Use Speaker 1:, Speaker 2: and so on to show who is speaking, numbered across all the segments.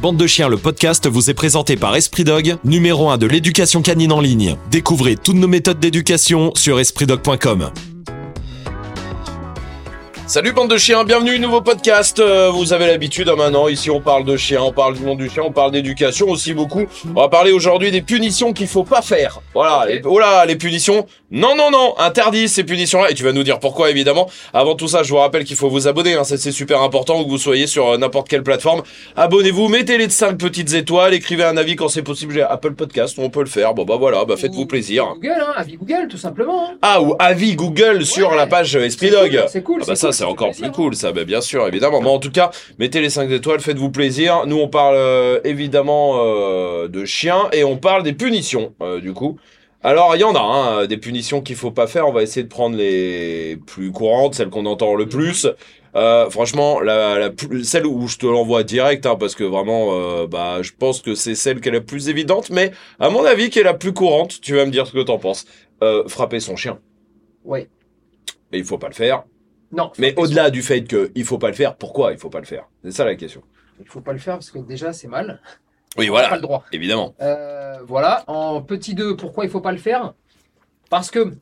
Speaker 1: Bande de chiens, le podcast vous est présenté par Esprit Dog, numéro 1 de l'éducation canine en ligne. Découvrez toutes nos méthodes d'éducation sur espritdog.com. Salut bande de chiens, bienvenue nouveau podcast. Euh, vous avez l'habitude hein, maintenant, ici on parle de chiens, on parle du monde du chien, on parle d'éducation aussi beaucoup. On va parler aujourd'hui des punitions qu'il faut pas faire. Voilà, les, oh là, les punitions. Non non non, interdit ces punitions là et tu vas nous dire pourquoi évidemment. Avant tout ça, je vous rappelle qu'il faut vous abonner hein, ça, c'est super important que vous soyez sur euh, n'importe quelle plateforme. Abonnez-vous, mettez les 5 petites étoiles, écrivez un avis quand c'est possible, j'ai Apple Podcast, on peut le faire. Bon bah voilà, bah faites-vous
Speaker 2: Ou-
Speaker 1: plaisir.
Speaker 2: ou Google, hein, avis Google, tout simplement. hein.
Speaker 1: Ah ou avis Google sur
Speaker 2: Ouais.
Speaker 1: la page euh, Esprit
Speaker 2: C'est
Speaker 1: Dog.
Speaker 2: cool, C'est cool.
Speaker 1: Ah bah ça
Speaker 2: cool,
Speaker 1: c'est
Speaker 2: fait
Speaker 1: encore
Speaker 2: plaisir,
Speaker 1: plus
Speaker 2: hein.
Speaker 1: cool ça bah bien sûr évidemment mais en tout cas mettez les 5 étoiles faites-vous plaisir nous on parle euh, évidemment euh, de chiens et on parle des punitions euh, du coup alors il y en a hein, euh, des punitions qu'il faut pas faire on va essayer de prendre les plus courantes celles qu'on entend
Speaker 2: Mhm.
Speaker 1: le plus Euh, franchement la, la plus- celle où je te l'envoie direct hein, parce que vraiment euh, bah je pense que c'est celle qui est la plus évidente mais à mon avis qui est la plus courante tu vas me dire ce que t'en penses Euh, frapper son chien
Speaker 2: Ouais.
Speaker 1: mais il faut pas le faire
Speaker 2: Non. faut
Speaker 1: mais
Speaker 2: pas-
Speaker 1: au-delà du fait qu'il faut pas le faire, pourquoi il faut pas le faire C'est ça la question.
Speaker 2: Il faut pas le faire parce que déjà c'est mal.
Speaker 1: Oui,
Speaker 2: Pas le droit.
Speaker 1: évidemment.
Speaker 2: Euh, voilà. En petit 2, pourquoi il faut pas le faire Parce que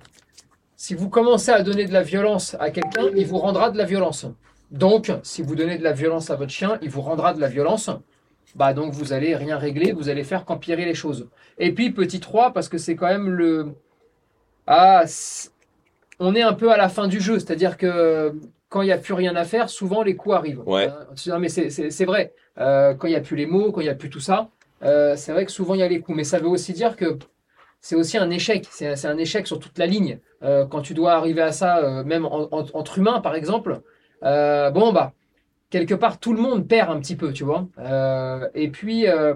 Speaker 2: si vous commencez à donner de la violence à quelqu'un, il vous rendra de la violence. Donc, si vous donnez de la violence à votre chien, il vous rendra de la violence. Bah donc vous allez rien régler, vous allez faire qu'empirer les choses. Et puis petit 3, parce que c'est quand même le... Ah, c'est- on est un peu à la fin du jeu, c'est-à-dire que quand il n'y a plus rien à faire, souvent les coups arrivent.
Speaker 1: Ouais.
Speaker 2: Euh, tu- non, mais c'est- c'est c'est vrai, Euh, quand il n'y a plus les mots, quand il n'y a plus tout ça, euh, c'est vrai que souvent il y a les coups. Mais ça veut aussi dire que c'est aussi un échec, c'est c'est un échec sur toute la ligne. Euh, quand tu dois arriver à ça, euh, même en- en- entre humains par exemple, euh, bon bah quelque part, tout le monde perd un petit peu, tu vois. Euh, et puis, euh,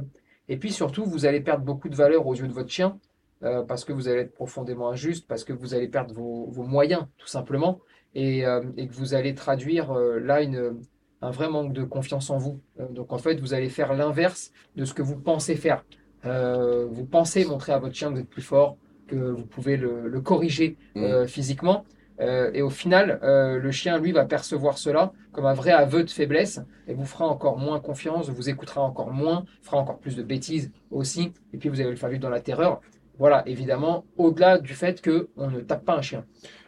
Speaker 2: et puis surtout, vous allez perdre beaucoup de valeur aux yeux de votre chien euh, parce que vous allez être profondément injuste, parce que vous allez perdre vos, vos moyens, tout simplement, et, euh, et que vous allez traduire euh, là une, un vrai manque de confiance en vous. Euh, donc en fait, vous allez faire l'inverse de ce que vous pensez faire. Euh, vous pensez montrer à votre chien que vous êtes plus fort, que vous pouvez le, le corriger euh, physiquement. Euh, et au final, euh, le chien, lui, va percevoir cela comme un vrai aveu de faiblesse et vous fera encore moins confiance, vous écoutera encore moins, fera encore plus de bêtises aussi. Et puis, vous allez le faire vivre dans la terreur. Voilà, évidemment, au-delà du fait que on ne tape pas un chien.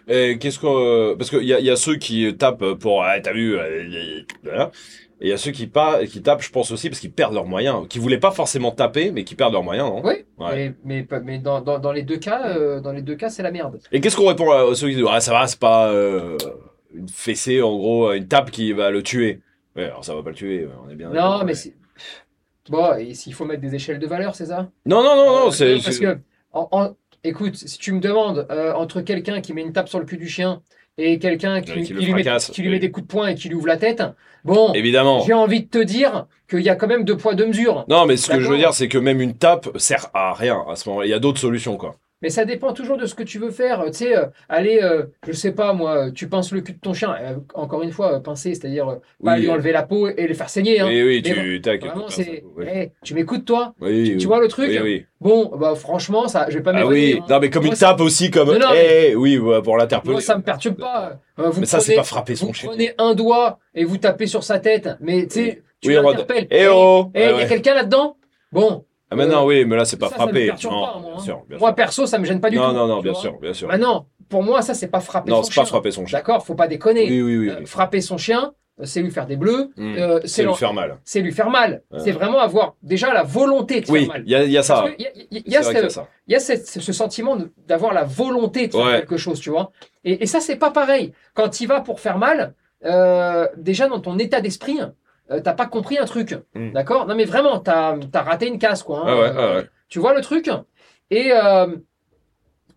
Speaker 1: Et qu'est-ce que parce qu'il y a, il y a ceux qui tapent pour ah, t'as vu euh, voilà. et il y a ceux qui pas qui tapent je pense aussi parce qu'ils perdent leurs moyens, qui voulaient pas forcément taper mais qui perdent leurs moyens. hein. non
Speaker 2: Oui,
Speaker 1: Ouais.
Speaker 2: mais, mais, mais dans, dans- dans les deux cas, euh, dans les deux cas, c'est la merde.
Speaker 1: Et qu'est-ce qu'on répond à à ceux qui disent ah ça va c'est pas euh, une fessée en gros une tape qui va le tuer. Ouais alors ça va pas le tuer on est bien. d'accord,
Speaker 2: Non, mais
Speaker 1: mais-
Speaker 2: c'est... Bon, et s'il faut mettre des échelles de valeur, c'est ça?
Speaker 1: non non non non
Speaker 2: Euh,
Speaker 1: c'est
Speaker 2: parce
Speaker 1: c'est-
Speaker 2: que, en- en- écoute, si tu me demandes euh, entre quelqu'un qui met une tape sur le cul du chien et quelqu'un qui,
Speaker 1: Ouais, qui le
Speaker 2: qui lui met,
Speaker 1: fracasse,
Speaker 2: qui lui
Speaker 1: oui.
Speaker 2: met des coups de poing et qui lui ouvre la tête, bon,
Speaker 1: évidemment.
Speaker 2: j'ai envie de te dire qu'il y a quand même deux poids, deux mesures.
Speaker 1: Non mais ce que je veux
Speaker 2: D'accord.
Speaker 1: dire c'est que même une tape sert à rien à ce moment-là. Il y a d'autres solutions quoi.
Speaker 2: Mais ça dépend toujours de ce que tu veux faire. Tu sais, euh, allez, euh, je sais pas moi, euh, tu pinces le cul de ton chien. Euh, encore une fois, euh, pincer, c'est-à-dire euh, pas
Speaker 1: Oui,
Speaker 2: lui
Speaker 1: euh,
Speaker 2: enlever la peau et le faire saigner. hein.
Speaker 1: Oui, oui,
Speaker 2: Mais
Speaker 1: tu tac.
Speaker 2: Vraiment,
Speaker 1: tu-
Speaker 2: c'est.
Speaker 1: Oui,
Speaker 2: Eh, tu m'écoutes toi?
Speaker 1: oui,
Speaker 2: Tu,
Speaker 1: oui.
Speaker 2: tu vois le truc?
Speaker 1: Oui, oui.
Speaker 2: Bon, bah franchement, ça, je vais pas
Speaker 1: Ah
Speaker 2: m'éloigner,
Speaker 1: oui,
Speaker 2: hein.
Speaker 1: non, mais comme
Speaker 2: Moi,
Speaker 1: il
Speaker 2: ça-
Speaker 1: tape aussi, comme.
Speaker 2: Non, non,
Speaker 1: Eh, oui, ouais, pour l'interpeller.
Speaker 2: Moi, ça me perturbe pas. Euh, vous
Speaker 1: Mais ça, c'est
Speaker 2: prenez-
Speaker 1: pas frapper son
Speaker 2: Vous
Speaker 1: chien.
Speaker 2: prenez un doigt et vous tapez sur sa tête, mais tu sais, tu
Speaker 1: Oui, en mode,
Speaker 2: l'interpelles.
Speaker 1: Eh
Speaker 2: Hey,
Speaker 1: oh
Speaker 2: hey,
Speaker 1: Ouais,
Speaker 2: y a
Speaker 1: ouais.
Speaker 2: quelqu'un là-dedans? Bon,
Speaker 1: Ah, mais non, oui, mais là, c'est pas
Speaker 2: ça, ça me
Speaker 1: frapper.
Speaker 2: perturbe
Speaker 1: non,
Speaker 2: pas, moi, hein.
Speaker 1: bien sûr, bien
Speaker 2: moi
Speaker 1: sûr.
Speaker 2: perso, ça me gêne pas du
Speaker 1: Non,
Speaker 2: tout.
Speaker 1: non, non,
Speaker 2: tu
Speaker 1: bien
Speaker 2: vois.
Speaker 1: sûr, bien sûr.
Speaker 2: Maintenant, Bah pour moi, ça, c'est pas frapper
Speaker 1: Non,
Speaker 2: son
Speaker 1: c'est pas
Speaker 2: chien.
Speaker 1: frapper son chien.
Speaker 2: D'accord, faut pas déconner.
Speaker 1: Oui, oui, oui.
Speaker 2: Euh,
Speaker 1: oui.
Speaker 2: frapper son chien, euh, c'est lui faire des bleus,
Speaker 1: Mm.
Speaker 2: euh,
Speaker 1: C'est
Speaker 2: c'est
Speaker 1: lui
Speaker 2: l'en-
Speaker 1: faire mal.
Speaker 2: c'est lui faire mal.
Speaker 1: Ouais.
Speaker 2: C'est vraiment avoir déjà la volonté de
Speaker 1: Oui,
Speaker 2: faire mal.
Speaker 1: il y a, il y a ça.
Speaker 2: Parce que y a- y a- y
Speaker 1: C'est vrai
Speaker 2: a ce-
Speaker 1: qu'il y a ça.
Speaker 2: il y a cette- ce ce sentiment de- d'avoir la volonté de faire
Speaker 1: Ouais.
Speaker 2: quelque chose, tu vois. Et, et ça, c'est pas pareil. Quand il va pour faire mal, euh, déjà dans ton état d'esprit, euh, t'as pas compris un truc,
Speaker 1: Mm.
Speaker 2: d'accord Non, mais vraiment, t'as as raté une case, quoi. hein.
Speaker 1: Ah ouais, ah
Speaker 2: Euh,
Speaker 1: ouais.
Speaker 2: Tu vois le truc Et euh,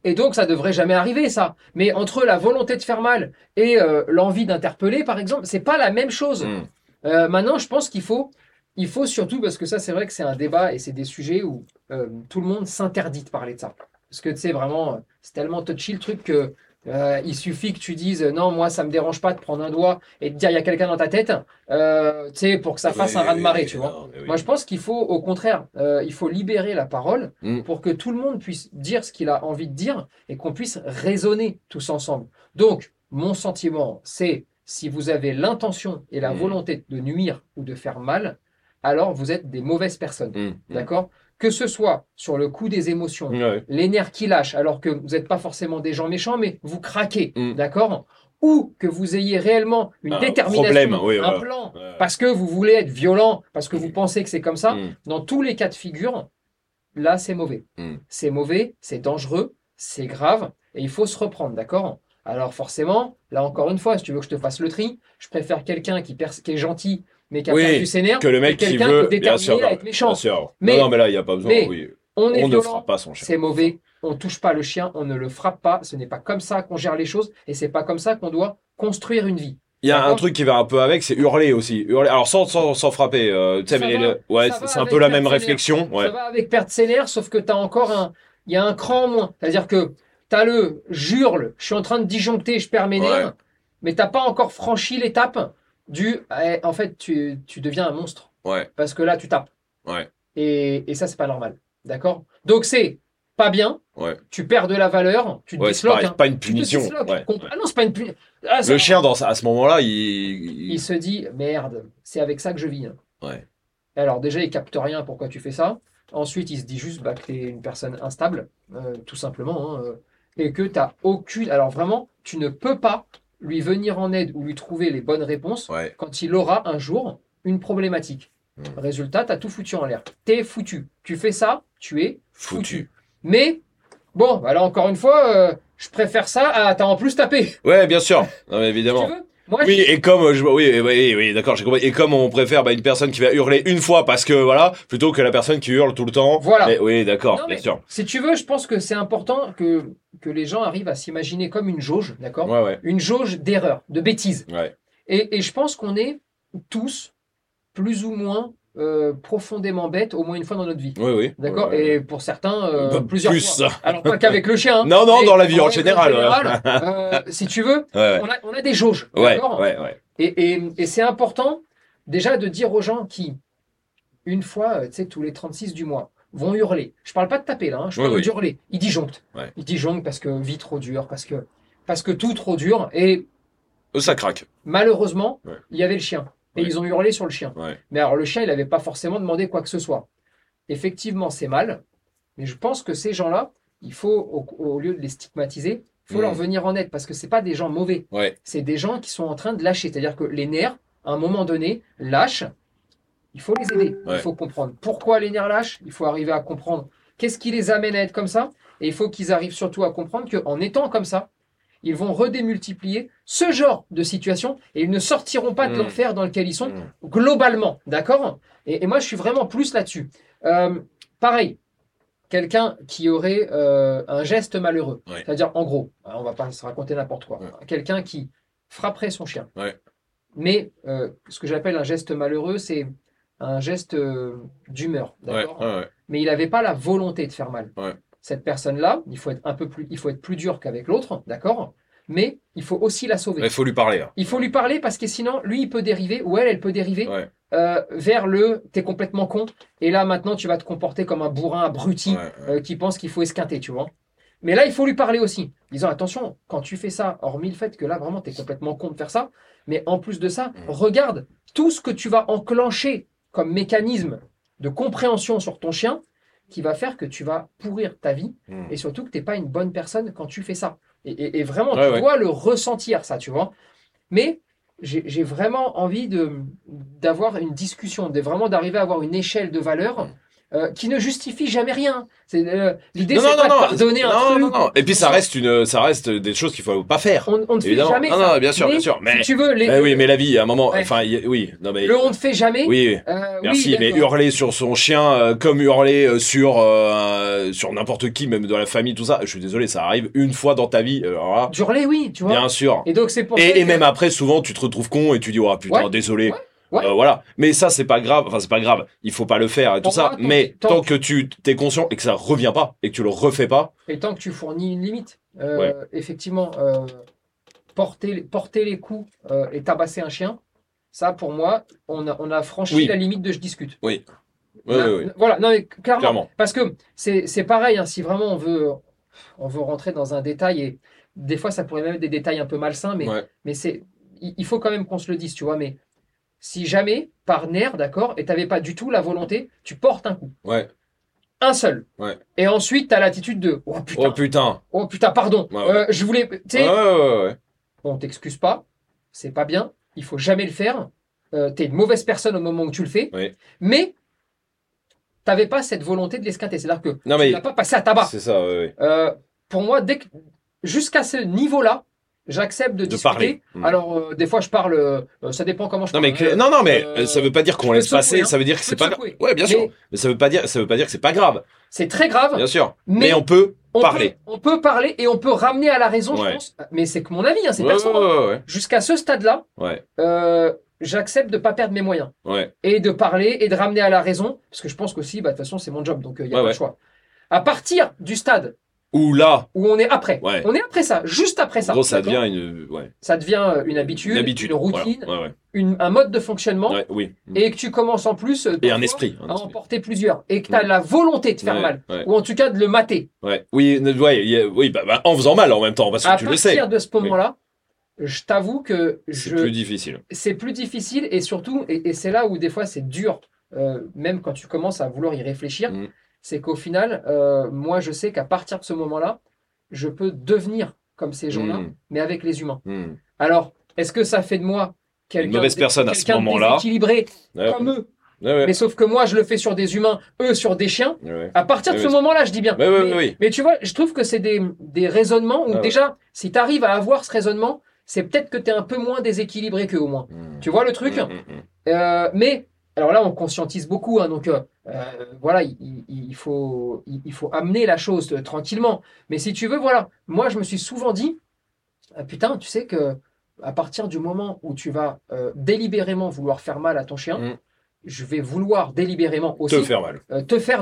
Speaker 2: et donc, ça devrait jamais arriver, ça. Mais entre la volonté de faire mal et euh, l'envie d'interpeller, par exemple, c'est pas la même chose.
Speaker 1: Mm.
Speaker 2: Euh, maintenant, je pense qu'il faut, il faut surtout, parce que ça, c'est vrai que c'est un débat et c'est des sujets où euh, tout le monde s'interdit de parler de ça. Parce que tu sais, vraiment, euh, c'est tellement touchy le truc que euh, il suffit que tu dises euh, non, moi, ça me dérange pas de prendre un doigt et de dire il y a quelqu'un dans ta tête, euh, tu sais, pour que ça fasse un
Speaker 1: Oui,
Speaker 2: raz-de-marée,
Speaker 1: oui,
Speaker 2: tu vois.
Speaker 1: non, mais oui.
Speaker 2: Moi, je pense qu'il faut, au contraire, euh, il faut libérer la parole
Speaker 1: Mm.
Speaker 2: pour que tout le monde puisse dire ce qu'il a envie de dire et qu'on puisse raisonner tous ensemble. Donc, mon sentiment, c'est si vous avez l'intention et la
Speaker 1: Mm.
Speaker 2: volonté de nuire ou de faire mal, alors vous êtes des mauvaises personnes.
Speaker 1: Hum, hum.
Speaker 2: D'accord Que ce soit sur le coup des émotions,
Speaker 1: Ouais.
Speaker 2: les nerfs qui lâchent, alors que vous n'êtes pas forcément des gens méchants, mais vous craquez,
Speaker 1: Mm.
Speaker 2: d'accord Ou que vous ayez réellement une
Speaker 1: Un
Speaker 2: détermination,
Speaker 1: problème, oui,
Speaker 2: un
Speaker 1: voilà.
Speaker 2: plan,
Speaker 1: Ouais.
Speaker 2: parce que vous voulez être violent, parce que vous pensez que c'est comme ça.
Speaker 1: Hum.
Speaker 2: Dans tous les cas de figure, là, c'est mauvais.
Speaker 1: Mm.
Speaker 2: C'est mauvais, c'est dangereux, c'est grave, et il faut se reprendre, d'accord Alors forcément, là encore une fois, si tu veux que je te fasse le tri, je préfère quelqu'un qui, pers- qui est gentil, mais qui a
Speaker 1: Oui,
Speaker 2: perdu ses nerfs,
Speaker 1: Que le mec
Speaker 2: que
Speaker 1: qui
Speaker 2: quelqu'un
Speaker 1: veut,
Speaker 2: qui est
Speaker 1: bien sûr,
Speaker 2: déterminé à
Speaker 1: non,
Speaker 2: être méchant.
Speaker 1: bien sûr.
Speaker 2: Mais-
Speaker 1: non, non, mais là, il n'y a pas besoin.
Speaker 2: mais-
Speaker 1: oui.
Speaker 2: On est
Speaker 1: On ne
Speaker 2: violent,
Speaker 1: frappe pas son chien.
Speaker 2: c'est mauvais, on touche pas le chien, on ne le frappe pas, ce n'est pas comme ça qu'on gère les choses et c'est pas comme ça qu'on doit construire une vie.
Speaker 1: Il y a un
Speaker 2: D'accord.
Speaker 1: truc qui va un peu avec, c'est hurler aussi. Hurler. Alors sans, sans, sans frapper, euh, tu sais,
Speaker 2: Ça
Speaker 1: mais
Speaker 2: va,
Speaker 1: le- ouais,
Speaker 2: ça va
Speaker 1: c'est un
Speaker 2: avec
Speaker 1: peu la
Speaker 2: la
Speaker 1: même
Speaker 2: première.
Speaker 1: réflexion. Ouais.
Speaker 2: Ça va avec perdre ses nerfs, sauf que tu as encore un il y a un cran en moins, c'est-à-dire que tu as le j'hurle, je suis en train de disjoncter, je perds mes
Speaker 1: Ouais.
Speaker 2: nerfs, mais t'as pas encore franchi l'étape du eh, en fait tu, tu deviens un monstre
Speaker 1: Ouais.
Speaker 2: parce que là tu tapes.
Speaker 1: Ouais.
Speaker 2: Et, et ça c'est pas normal. D'accord Donc c'est pas bien.
Speaker 1: Ouais.
Speaker 2: Tu perds de la valeur, tu te
Speaker 1: Ouais, c'est pareil,
Speaker 2: disloques. hein.
Speaker 1: c'est pas une
Speaker 2: Tu te
Speaker 1: punition.
Speaker 2: disloques.
Speaker 1: ouais.
Speaker 2: Comp- Ah non, c'est pas une punition. Ah, ça-
Speaker 1: Le chien, dans, à ce moment-là, il, il-
Speaker 2: il se dit merde, c'est avec ça que je vis. hein.
Speaker 1: Ouais.
Speaker 2: Et Alors déjà, il capte rien pourquoi tu fais ça. Ensuite, il se dit juste bah, que tu es une personne instable, euh, tout simplement, hein, euh, et que tu aucune. Alors vraiment, tu ne peux pas lui venir en aide ou lui trouver les bonnes réponses
Speaker 1: Ouais.
Speaker 2: quand il aura un jour une problématique.
Speaker 1: Mm.
Speaker 2: Résultat, t'as tout foutu en l'air. T'es foutu. Tu fais ça, tu es
Speaker 1: Foutu.
Speaker 2: Mais bon, bah là encore une fois, euh, je préfère ça à t'as en plus tapé.
Speaker 1: Ouais, bien sûr. Non, mais
Speaker 2: Si
Speaker 1: évidemment.
Speaker 2: tu veux. Moi,
Speaker 1: Oui, et comme euh, je, oui, oui, oui, d'accord, j'ai compris. Et comme on préfère bah, une personne qui va hurler une fois parce que voilà, plutôt que la personne qui hurle tout le temps.
Speaker 2: Voilà.
Speaker 1: Mais oui, d'accord,
Speaker 2: Non,
Speaker 1: bien
Speaker 2: mais-
Speaker 1: sûr.
Speaker 2: Si tu veux, je pense que c'est important que, que les gens arrivent à s'imaginer comme une jauge, d'accord
Speaker 1: Ouais, ouais,
Speaker 2: Une jauge d'erreurs, de bêtises.
Speaker 1: ouais.
Speaker 2: Et, et je pense qu'on est tous plus ou moins euh, profondément bêtes, au moins une fois dans notre vie.
Speaker 1: Oui, oui.
Speaker 2: D'accord
Speaker 1: Ouais, ouais.
Speaker 2: Et pour certains, euh,
Speaker 1: Bah,
Speaker 2: plusieurs
Speaker 1: plus.
Speaker 2: fois. Alors pas qu'avec le chien. hein,
Speaker 1: Non, non,
Speaker 2: mais
Speaker 1: dans la vie en général,
Speaker 2: général, euh, si tu veux,
Speaker 1: Ouais,
Speaker 2: on a, on a des jauges.
Speaker 1: ouais, ouais,
Speaker 2: d'accord
Speaker 1: ouais, ouais.
Speaker 2: Et, et- et c'est important déjà de dire aux gens qui, une fois, euh, tu sais, tous les 36 du mois, vont hurler. Je parle pas de taper là, hein, je
Speaker 1: Oui,
Speaker 2: parle
Speaker 1: oui.
Speaker 2: d'hurler. Ils disjonctent.
Speaker 1: Ouais.
Speaker 2: Ils disjonctent parce que vie trop dure, parce que, parce que tout trop dur. Et
Speaker 1: Euh, Ça craque.
Speaker 2: malheureusement,
Speaker 1: Ouais.
Speaker 2: il y avait le chien. Et
Speaker 1: Ouais.
Speaker 2: ils ont hurlé sur le chien.
Speaker 1: Ouais.
Speaker 2: Mais alors le chien, il n'avait pas forcément demandé quoi que ce soit. Effectivement, c'est mal. Mais je pense que ces gens-là, il faut, au, au lieu de les stigmatiser, il faut
Speaker 1: Mhm.
Speaker 2: leur venir en aide parce que ce pas des gens mauvais
Speaker 1: Ouais.
Speaker 2: c'est des gens qui sont en train de lâcher. C'est-à-dire que les nerfs, à un moment donné, lâchent. Il faut les aider.
Speaker 1: Ouais.
Speaker 2: Il faut comprendre pourquoi les nerfs lâchent. Il faut arriver à comprendre qu'est-ce qui les amène à être comme ça. Et il faut qu'ils arrivent surtout à comprendre qu'en étant comme ça, ils vont redémultiplier ce genre de situation et ils ne sortiront pas de
Speaker 1: Mm.
Speaker 2: l'enfer dans lequel ils sont
Speaker 1: Mm.
Speaker 2: globalement. D'accord et, et moi, je suis vraiment plus là-dessus. Euh, pareil, quelqu'un qui aurait euh, un geste malheureux.
Speaker 1: Ouais.
Speaker 2: C'est-à-dire, en gros, hein, on va pas se raconter n'importe quoi.
Speaker 1: Ouais.
Speaker 2: Quelqu'un qui frapperait son chien.
Speaker 1: Ouais.
Speaker 2: Mais euh, ce que j'appelle un geste malheureux, c'est un geste euh, d'humeur.
Speaker 1: Ouais,
Speaker 2: d'accord
Speaker 1: ouais, ouais.
Speaker 2: mais il n'avait pas la volonté de faire mal.
Speaker 1: Ouais.
Speaker 2: Cette personne-là, il faut être un peu plus, il faut être plus dur qu'avec l'autre, d'accord Mais il faut aussi la sauver.
Speaker 1: Il faut lui parler. hein.
Speaker 2: Il faut lui parler parce que sinon, lui, il peut dériver, ou elle, elle peut dériver
Speaker 1: Ouais.
Speaker 2: euh, vers le t'es complètement con, et là maintenant tu vas te comporter comme un bourrin abruti
Speaker 1: Ouais, ouais.
Speaker 2: euh, qui pense qu'il faut esquinter, tu vois. Mais là, il faut lui parler aussi, en disant attention, quand tu fais ça, hormis le fait que là vraiment t'es complètement con de faire ça, mais en plus de ça,
Speaker 1: Mhm.
Speaker 2: regarde tout ce que tu vas enclencher comme mécanisme de compréhension sur ton chien qui va faire que tu vas pourrir ta vie
Speaker 1: Mm.
Speaker 2: et surtout que tu n'es pas une bonne personne quand tu fais ça. Et, et- et vraiment,
Speaker 1: Ouais,
Speaker 2: tu
Speaker 1: ouais.
Speaker 2: dois le ressentir, ça, tu vois. Mais j'ai j'ai vraiment envie de- d'avoir une discussion, de vraiment d'arriver à avoir une échelle de valeur euh, qui ne justifie jamais rien. C'est, euh, L'idée,
Speaker 1: Non,
Speaker 2: c'est
Speaker 1: non,
Speaker 2: pas
Speaker 1: non,
Speaker 2: de
Speaker 1: non.
Speaker 2: pardonner un
Speaker 1: non,
Speaker 2: truc.
Speaker 1: non, non. Et puis ça reste une, ça reste des choses qu'il faut pas faire.
Speaker 2: On, on ne fait
Speaker 1: Évidemment.
Speaker 2: jamais
Speaker 1: non,
Speaker 2: ça.
Speaker 1: non, bien sûr, bien sûr. Mais,
Speaker 2: si tu veux, les-
Speaker 1: Eh oui, mais la vie, à un moment,
Speaker 2: Ouais.
Speaker 1: enfin, il y a- oui, non mais,
Speaker 2: le on ne fait jamais.
Speaker 1: oui, oui.
Speaker 2: euh, oui,
Speaker 1: Merci, mais
Speaker 2: d'accord.
Speaker 1: hurler sur son chien, euh, comme hurler euh, sur euh, sur n'importe qui, même dans la famille, tout ça. Je suis désolé, ça arrive une fois dans ta vie. euh, Alors là,
Speaker 2: Hurler, oui, tu vois.
Speaker 1: bien sûr.
Speaker 2: Et donc, c'est pour ça
Speaker 1: Et, et
Speaker 2: que-
Speaker 1: même après, souvent, tu te retrouves con et tu dis, oh putain,
Speaker 2: Ouais.
Speaker 1: désolé.
Speaker 2: Ouais. Ouais.
Speaker 1: Euh, voilà. Mais ça, c'est pas grave. Enfin, c'est pas grave. Il faut pas le faire et tout
Speaker 2: Pour
Speaker 1: ça.
Speaker 2: moi, tant
Speaker 1: mais
Speaker 2: que- tant
Speaker 1: tant que tu t'es conscient et que ça revient pas et que tu le refais pas,
Speaker 2: Et tant que tu fournis une limite, euh, effectivement, euh, porter, porter les coups euh, et tabasser un chien, ça pour moi, on a, on a franchi
Speaker 1: Oui.
Speaker 2: la limite de je discute.
Speaker 1: ouais,
Speaker 2: Là,
Speaker 1: ouais, ouais.
Speaker 2: Voilà, non mais clairement,
Speaker 1: clairement.
Speaker 2: parce que c'est c'est pareil, hein, si vraiment on veut, on veut rentrer dans un détail, et des fois ça pourrait même être des détails un peu malsains, mais,
Speaker 1: Ouais.
Speaker 2: mais c'est il, il faut quand même qu'on se le dise, tu vois, mais si jamais, par nerf, d'accord, et t'avais pas du tout la volonté, tu portes un coup.
Speaker 1: Ouais.
Speaker 2: Un seul.
Speaker 1: Ouais.
Speaker 2: Et ensuite, t'as l'attitude de Oh
Speaker 1: Oh
Speaker 2: putain,
Speaker 1: putain.
Speaker 2: oh putain, pardon.
Speaker 1: Ouais, ouais.
Speaker 2: Euh, je voulais. Tu
Speaker 1: Ouais, ouais,
Speaker 2: sais,
Speaker 1: ouais, ouais.
Speaker 2: on t'excuse pas, c'est pas bien, il faut jamais le faire. Euh, t'es une mauvaise personne au moment où tu le fais.
Speaker 1: Oui.
Speaker 2: Mais t'avais pas cette volonté de l'esquinter. C'est-à-dire que
Speaker 1: Non,
Speaker 2: tu
Speaker 1: mais
Speaker 2: l'as pas passé à tabac.
Speaker 1: c'est ça, ouais, ouais.
Speaker 2: Euh, pour moi, dès que- jusqu'à ce niveau-là, j'accepte de,
Speaker 1: De
Speaker 2: discuter.
Speaker 1: parler. Mm.
Speaker 2: Alors, euh, des fois, je parle, euh, euh, ça dépend comment je
Speaker 1: Non,
Speaker 2: parle.
Speaker 1: mais, cla- non, non, mais
Speaker 2: euh,
Speaker 1: ça veut pas dire qu'on
Speaker 2: peux
Speaker 1: laisse
Speaker 2: te secouer,
Speaker 1: passer,
Speaker 2: hein.
Speaker 1: ça veut dire
Speaker 2: Je
Speaker 1: que
Speaker 2: peux
Speaker 1: c'est
Speaker 2: te
Speaker 1: pas grave.
Speaker 2: secouer.
Speaker 1: Ouais, bien
Speaker 2: Mais
Speaker 1: sûr. Mais ça veut pas dire, ça veut pas dire que c'est pas grave,
Speaker 2: C'est très grave.
Speaker 1: bien sûr.
Speaker 2: Mais,
Speaker 1: Mais on peut
Speaker 2: on,
Speaker 1: parler.
Speaker 2: Peut, on peut parler et on peut ramener à la raison,
Speaker 1: Ouais.
Speaker 2: je pense. Mais c'est que mon avis, hein, c'est
Speaker 1: Ouais,
Speaker 2: personnel.
Speaker 1: ouais, ouais,
Speaker 2: Jusqu'à ce stade-là,
Speaker 1: ouais.
Speaker 2: euh, j'accepte de pas perdre mes moyens
Speaker 1: Ouais, ouais.
Speaker 2: et de parler et de ramener à la raison, parce que je pense qu'aussi, bah, de toute façon, c'est mon job, donc il n'y a
Speaker 1: Ouais,
Speaker 2: pas
Speaker 1: ouais.
Speaker 2: de choix. À partir du stade
Speaker 1: Ou là,
Speaker 2: où on est après,
Speaker 1: Ouais.
Speaker 2: on est après ça, juste après ça.
Speaker 1: en gros, ça
Speaker 2: d'accord
Speaker 1: devient une, ouais,
Speaker 2: ça devient euh, une habitude,
Speaker 1: une
Speaker 2: une,
Speaker 1: habitude. voilà.
Speaker 2: routine,
Speaker 1: Ouais, ouais.
Speaker 2: une- un mode de fonctionnement,
Speaker 1: Ouais, oui.
Speaker 2: et que tu commences en plus euh,
Speaker 1: Et un
Speaker 2: parfois,
Speaker 1: esprit. un
Speaker 2: à en
Speaker 1: esprit.
Speaker 2: porter plusieurs, et que tu as la volonté de faire
Speaker 1: Ouais,
Speaker 2: mal,
Speaker 1: Ouais,
Speaker 2: ou en tout cas de le mater.
Speaker 1: ouais. Oui, ne- ouais, il y a- oui bah, bah, en faisant mal en même temps, parce que
Speaker 2: à
Speaker 1: tu le sais.
Speaker 2: partir de ce moment-là, je t'avoue que
Speaker 1: C'est
Speaker 2: je,
Speaker 1: plus difficile.
Speaker 2: c'est plus difficile et surtout, et, et c'est là où des fois c'est dur, euh, même quand tu commences à vouloir y réfléchir,
Speaker 1: Mm.
Speaker 2: c'est qu'au final, euh, moi je sais qu'à partir de ce moment-là, je peux devenir comme ces gens-là,
Speaker 1: Mm.
Speaker 2: mais avec les humains.
Speaker 1: Hmm.
Speaker 2: Alors, est-ce que ça fait de moi quelqu'un
Speaker 1: mauvaise
Speaker 2: de-
Speaker 1: personne à ce
Speaker 2: quelqu'un de
Speaker 1: moment-là Euh,
Speaker 2: déséquilibré
Speaker 1: Ouais,
Speaker 2: comme eux,
Speaker 1: ouais, ouais.
Speaker 2: mais sauf que moi je le fais sur des humains, eux sur des chiens.
Speaker 1: Ouais, ouais.
Speaker 2: À partir de
Speaker 1: Ouais,
Speaker 2: ce
Speaker 1: ouais.
Speaker 2: moment-là, je dis bien.
Speaker 1: Ouais, ouais,
Speaker 2: mais,
Speaker 1: ouais, ouais.
Speaker 2: mais tu vois, je trouve que c'est des, des raisonnements où
Speaker 1: Ah ouais.
Speaker 2: déjà, si tu arrives à avoir ce raisonnement, c'est peut-être que tu es un peu moins déséquilibré qu'eux au moins.
Speaker 1: Hmm.
Speaker 2: Tu vois le truc
Speaker 1: Hmm, hmm, hmm.
Speaker 2: Euh, Mais, alors là, on conscientise beaucoup, hein, donc euh, euh, voilà, il, il- il faut, il, il faut amener la chose euh, tranquillement. Mais si tu veux, voilà, moi je me suis souvent dit, ah, putain, tu sais que à partir du moment où tu vas euh, délibérément vouloir faire mal à ton chien,
Speaker 1: Mm.
Speaker 2: je vais vouloir délibérément aussi
Speaker 1: Te
Speaker 2: euh,
Speaker 1: faire mal.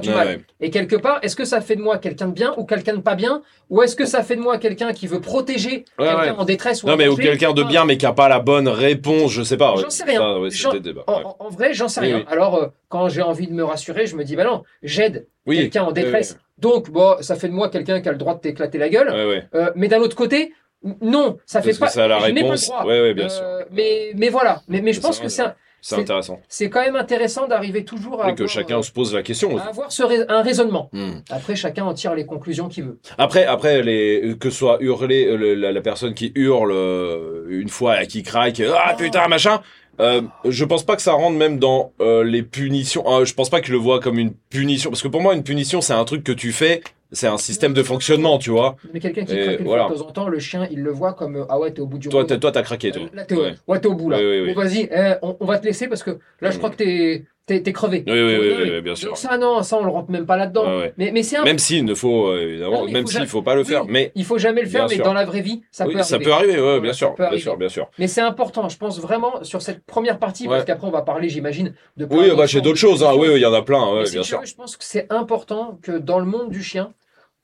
Speaker 2: du
Speaker 1: Ouais,
Speaker 2: mal.
Speaker 1: ouais.
Speaker 2: Et quelque part, est-ce que ça fait de moi quelqu'un de bien ou quelqu'un de pas bien Ou est-ce que ça fait de moi quelqu'un qui veut protéger
Speaker 1: Ouais,
Speaker 2: quelqu'un
Speaker 1: ouais.
Speaker 2: en détresse ou en
Speaker 1: Non, mais ou
Speaker 2: danger
Speaker 1: quelqu'un de
Speaker 2: Ah,
Speaker 1: bien, mais qui a pas la bonne réponse, je sais pas. ouais.
Speaker 2: J'en sais rien.
Speaker 1: Ça, ouais,
Speaker 2: J'en-
Speaker 1: c'était le débat.
Speaker 2: En,
Speaker 1: ouais.
Speaker 2: en- en vrai, j'en sais
Speaker 1: Oui,
Speaker 2: rien.
Speaker 1: oui.
Speaker 2: Alors, euh, quand j'ai envie de me rassurer, je me dis, bah non, j'aide
Speaker 1: Oui.
Speaker 2: quelqu'un en détresse. Donc, bon, ça fait de moi quelqu'un qui a le droit de t'éclater la gueule.
Speaker 1: Ouais, ouais.
Speaker 2: Euh, mais d'un autre côté, n- non, ça fait
Speaker 1: Parce
Speaker 2: pas.
Speaker 1: que ça a la
Speaker 2: je n'ai pas le
Speaker 1: réponse.
Speaker 2: droit.
Speaker 1: Ouais, ouais, bien
Speaker 2: Euh,
Speaker 1: sûr.
Speaker 2: mais, mais voilà. Mais, mais je
Speaker 1: Ça,
Speaker 2: pense que
Speaker 1: ouais.
Speaker 2: c'est un-
Speaker 1: C'est
Speaker 2: c'est-
Speaker 1: intéressant.
Speaker 2: c'est quand même intéressant d'arriver toujours à
Speaker 1: Et que
Speaker 2: avoir,
Speaker 1: chacun
Speaker 2: euh,
Speaker 1: se pose la question.
Speaker 2: à avoir ce rais- un raisonnement.
Speaker 1: Hmm.
Speaker 2: Après, chacun en tire les conclusions qu'il veut.
Speaker 1: Après, après les, que ce soit hurler, euh, le- la, la personne qui hurle euh, une fois, là, qui craque, euh, ah
Speaker 2: Oh.
Speaker 1: putain, machin, euh, je pense pas que ça rentre même dans euh, les punitions. Euh, je pense pas que je le vois comme une punition. Parce que pour moi, une punition, c'est un truc que tu fais, c'est un système de fonctionnement, tu vois.
Speaker 2: Mais quelqu'un qui
Speaker 1: Et
Speaker 2: craque une
Speaker 1: voilà.
Speaker 2: fois de temps en temps, le chien, il le voit comme euh, ah ouais, t'es au bout du
Speaker 1: Toi,
Speaker 2: rouleau.
Speaker 1: t'as, toi, t'as craqué, toi.
Speaker 2: Euh, Là, t'es
Speaker 1: Ouais.
Speaker 2: au, ouais, t'es au bout là.
Speaker 1: Oui, oui, oui.
Speaker 2: Bon, vas-y, eh, on, on va te laisser parce que là, je crois que t'es t'es- t'es crevé.
Speaker 1: Oui, oui, oui,
Speaker 2: Donc,
Speaker 1: oui,
Speaker 2: non, mais-
Speaker 1: oui, bien
Speaker 2: donc
Speaker 1: sûr.
Speaker 2: ça, non, ça, on le rentre même pas là-dedans.
Speaker 1: Ouais, ouais.
Speaker 2: Mais, mais c'est un.
Speaker 1: Même s'il ne faut, euh, évidemment,
Speaker 2: Non, mais
Speaker 1: même
Speaker 2: faut
Speaker 1: s'il
Speaker 2: jamais-
Speaker 1: faut pas le faire,
Speaker 2: Oui.
Speaker 1: mais
Speaker 2: Il faut jamais le faire,
Speaker 1: Bien sûr.
Speaker 2: mais dans la vraie vie, ça
Speaker 1: oui,
Speaker 2: peut
Speaker 1: ça
Speaker 2: arriver.
Speaker 1: peut arriver, ouais,
Speaker 2: Voilà,
Speaker 1: bien
Speaker 2: ça
Speaker 1: sûr,
Speaker 2: peut
Speaker 1: bien
Speaker 2: arriver.
Speaker 1: sûr, bien sûr.
Speaker 2: Mais c'est important, je pense vraiment sur cette première partie, parce
Speaker 1: Ouais.
Speaker 2: qu'après, on va parler, j'imagine, de. plein
Speaker 1: Oui,
Speaker 2: d'autres
Speaker 1: bah, j'ai
Speaker 2: formes
Speaker 1: d'autres
Speaker 2: de
Speaker 1: choses, hein.
Speaker 2: punition.
Speaker 1: Oui, oui, il y en a plein,
Speaker 2: Mais
Speaker 1: ouais,
Speaker 2: si
Speaker 1: bien
Speaker 2: tu
Speaker 1: sûr.
Speaker 2: veux, je pense que c'est important que dans le monde du chien,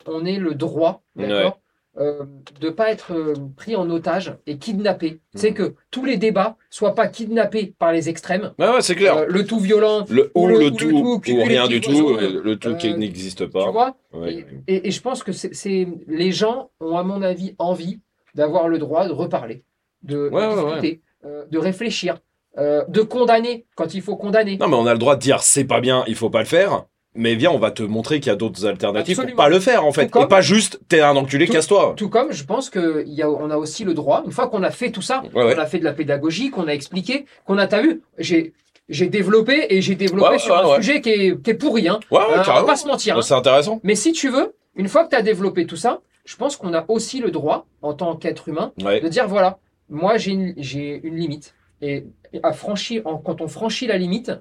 Speaker 2: on ait le droit, d'accord, euh, de pas être euh, pris en otage et kidnappé. C'est
Speaker 1: Mhm.
Speaker 2: que tous les débats soient pas kidnappés par les extrêmes,
Speaker 1: Ouais, ouais, c'est clair.
Speaker 2: euh, le tout violent,
Speaker 1: Le ou, le, tout,
Speaker 2: qui-
Speaker 1: ou
Speaker 2: les
Speaker 1: rien
Speaker 2: petits
Speaker 1: du tout,
Speaker 2: oiseaux,
Speaker 1: euh, le tout qui
Speaker 2: euh,
Speaker 1: n'existe
Speaker 2: tu
Speaker 1: pas.
Speaker 2: vois.
Speaker 1: Ouais.
Speaker 2: Et, et- et je pense que c'est- c'est les gens ont à mon avis envie d'avoir le droit de reparler, de, de
Speaker 1: Ouais, ouais,
Speaker 2: discuter, euh, de réfléchir, euh, de condamner quand il faut condamner.
Speaker 1: Non, mais on a le droit de dire c'est pas bien, il faut pas le faire. Mais viens, on va te montrer qu'il y a d'autres alternatives pour
Speaker 2: Absolument.
Speaker 1: pas le faire en fait.
Speaker 2: Tout comme-
Speaker 1: Et pas juste t'es un enculé,
Speaker 2: Tout-
Speaker 1: casse-toi.
Speaker 2: Tout comme je pense que il y a, on a aussi le droit, une fois qu'on a fait tout ça,
Speaker 1: Ouais, ouais.
Speaker 2: qu'on a fait de la pédagogie, qu'on a expliqué, qu'on a t'as vu, j'ai j'ai développé et j'ai développé
Speaker 1: Ouais, ouais,
Speaker 2: sur un
Speaker 1: ouais, ouais.
Speaker 2: sujet qui est, qui est pourri, hein.
Speaker 1: Ouais, ouais,
Speaker 2: Euh, on va
Speaker 1: carrément. Bah,
Speaker 2: pas se mentir. hein.
Speaker 1: Ouais, C'est intéressant.
Speaker 2: Mais si tu veux, une fois que tu as développé tout ça, je pense qu'on a aussi le droit, en tant qu'être humain,
Speaker 1: Ouais.
Speaker 2: de dire voilà, moi j'ai une, j'ai une limite. Et à franchir, en- quand on franchit la limite,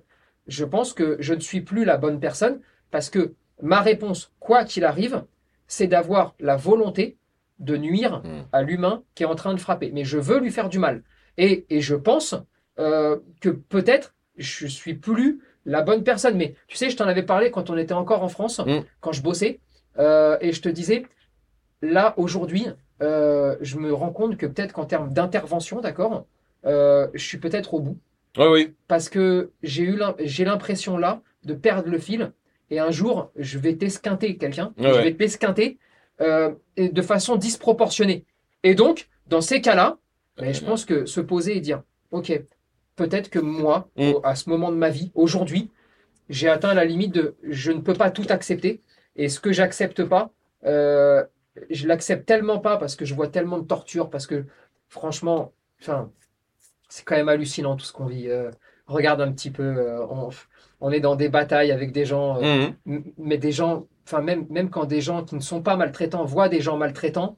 Speaker 2: je pense que je ne suis plus la bonne personne parce que ma réponse, quoi qu'il arrive, c'est d'avoir la volonté de nuire
Speaker 1: Mm.
Speaker 2: à l'humain qui est en train de frapper. Mais je veux lui faire du mal. Et, et je pense euh, que peut-être je suis plus la bonne personne. Mais tu sais, je t'en avais parlé quand on était encore en France,
Speaker 1: Mm.
Speaker 2: quand je bossais, euh, et je te disais, là, aujourd'hui, euh, je me rends compte que peut-être qu'en termes d'intervention, d'accord, euh, je suis peut-être au bout.
Speaker 1: Ouais, oui.
Speaker 2: Parce que j'ai eu l'im- j'ai l'impression là de perdre le fil. Et un jour, je vais t'esquinter quelqu'un.
Speaker 1: Ah Ouais,
Speaker 2: Je
Speaker 1: ouais.
Speaker 2: vais t'esquinter euh, et de façon
Speaker 1: Mm-hmm.
Speaker 2: disproportionnée. Et donc, dans ces cas-là, ben, je pense que se poser et dire, OK, peut-être que moi,
Speaker 1: Mm.
Speaker 2: au- à ce moment de ma vie, aujourd'hui, j'ai atteint la limite de je ne peux pas tout accepter. Et ce que j'accepte pas, euh, je l'accepte tellement pas parce que je vois tellement de torture, parce que franchement, enfin, c'est quand même hallucinant tout ce qu'on vit. Euh, regarde un petit peu, euh, on, on est dans des batailles avec des gens. euh,
Speaker 1: Mhm.
Speaker 2: M- mais des gens, enfin même, même quand des gens qui ne sont pas maltraitants voient des gens maltraitants,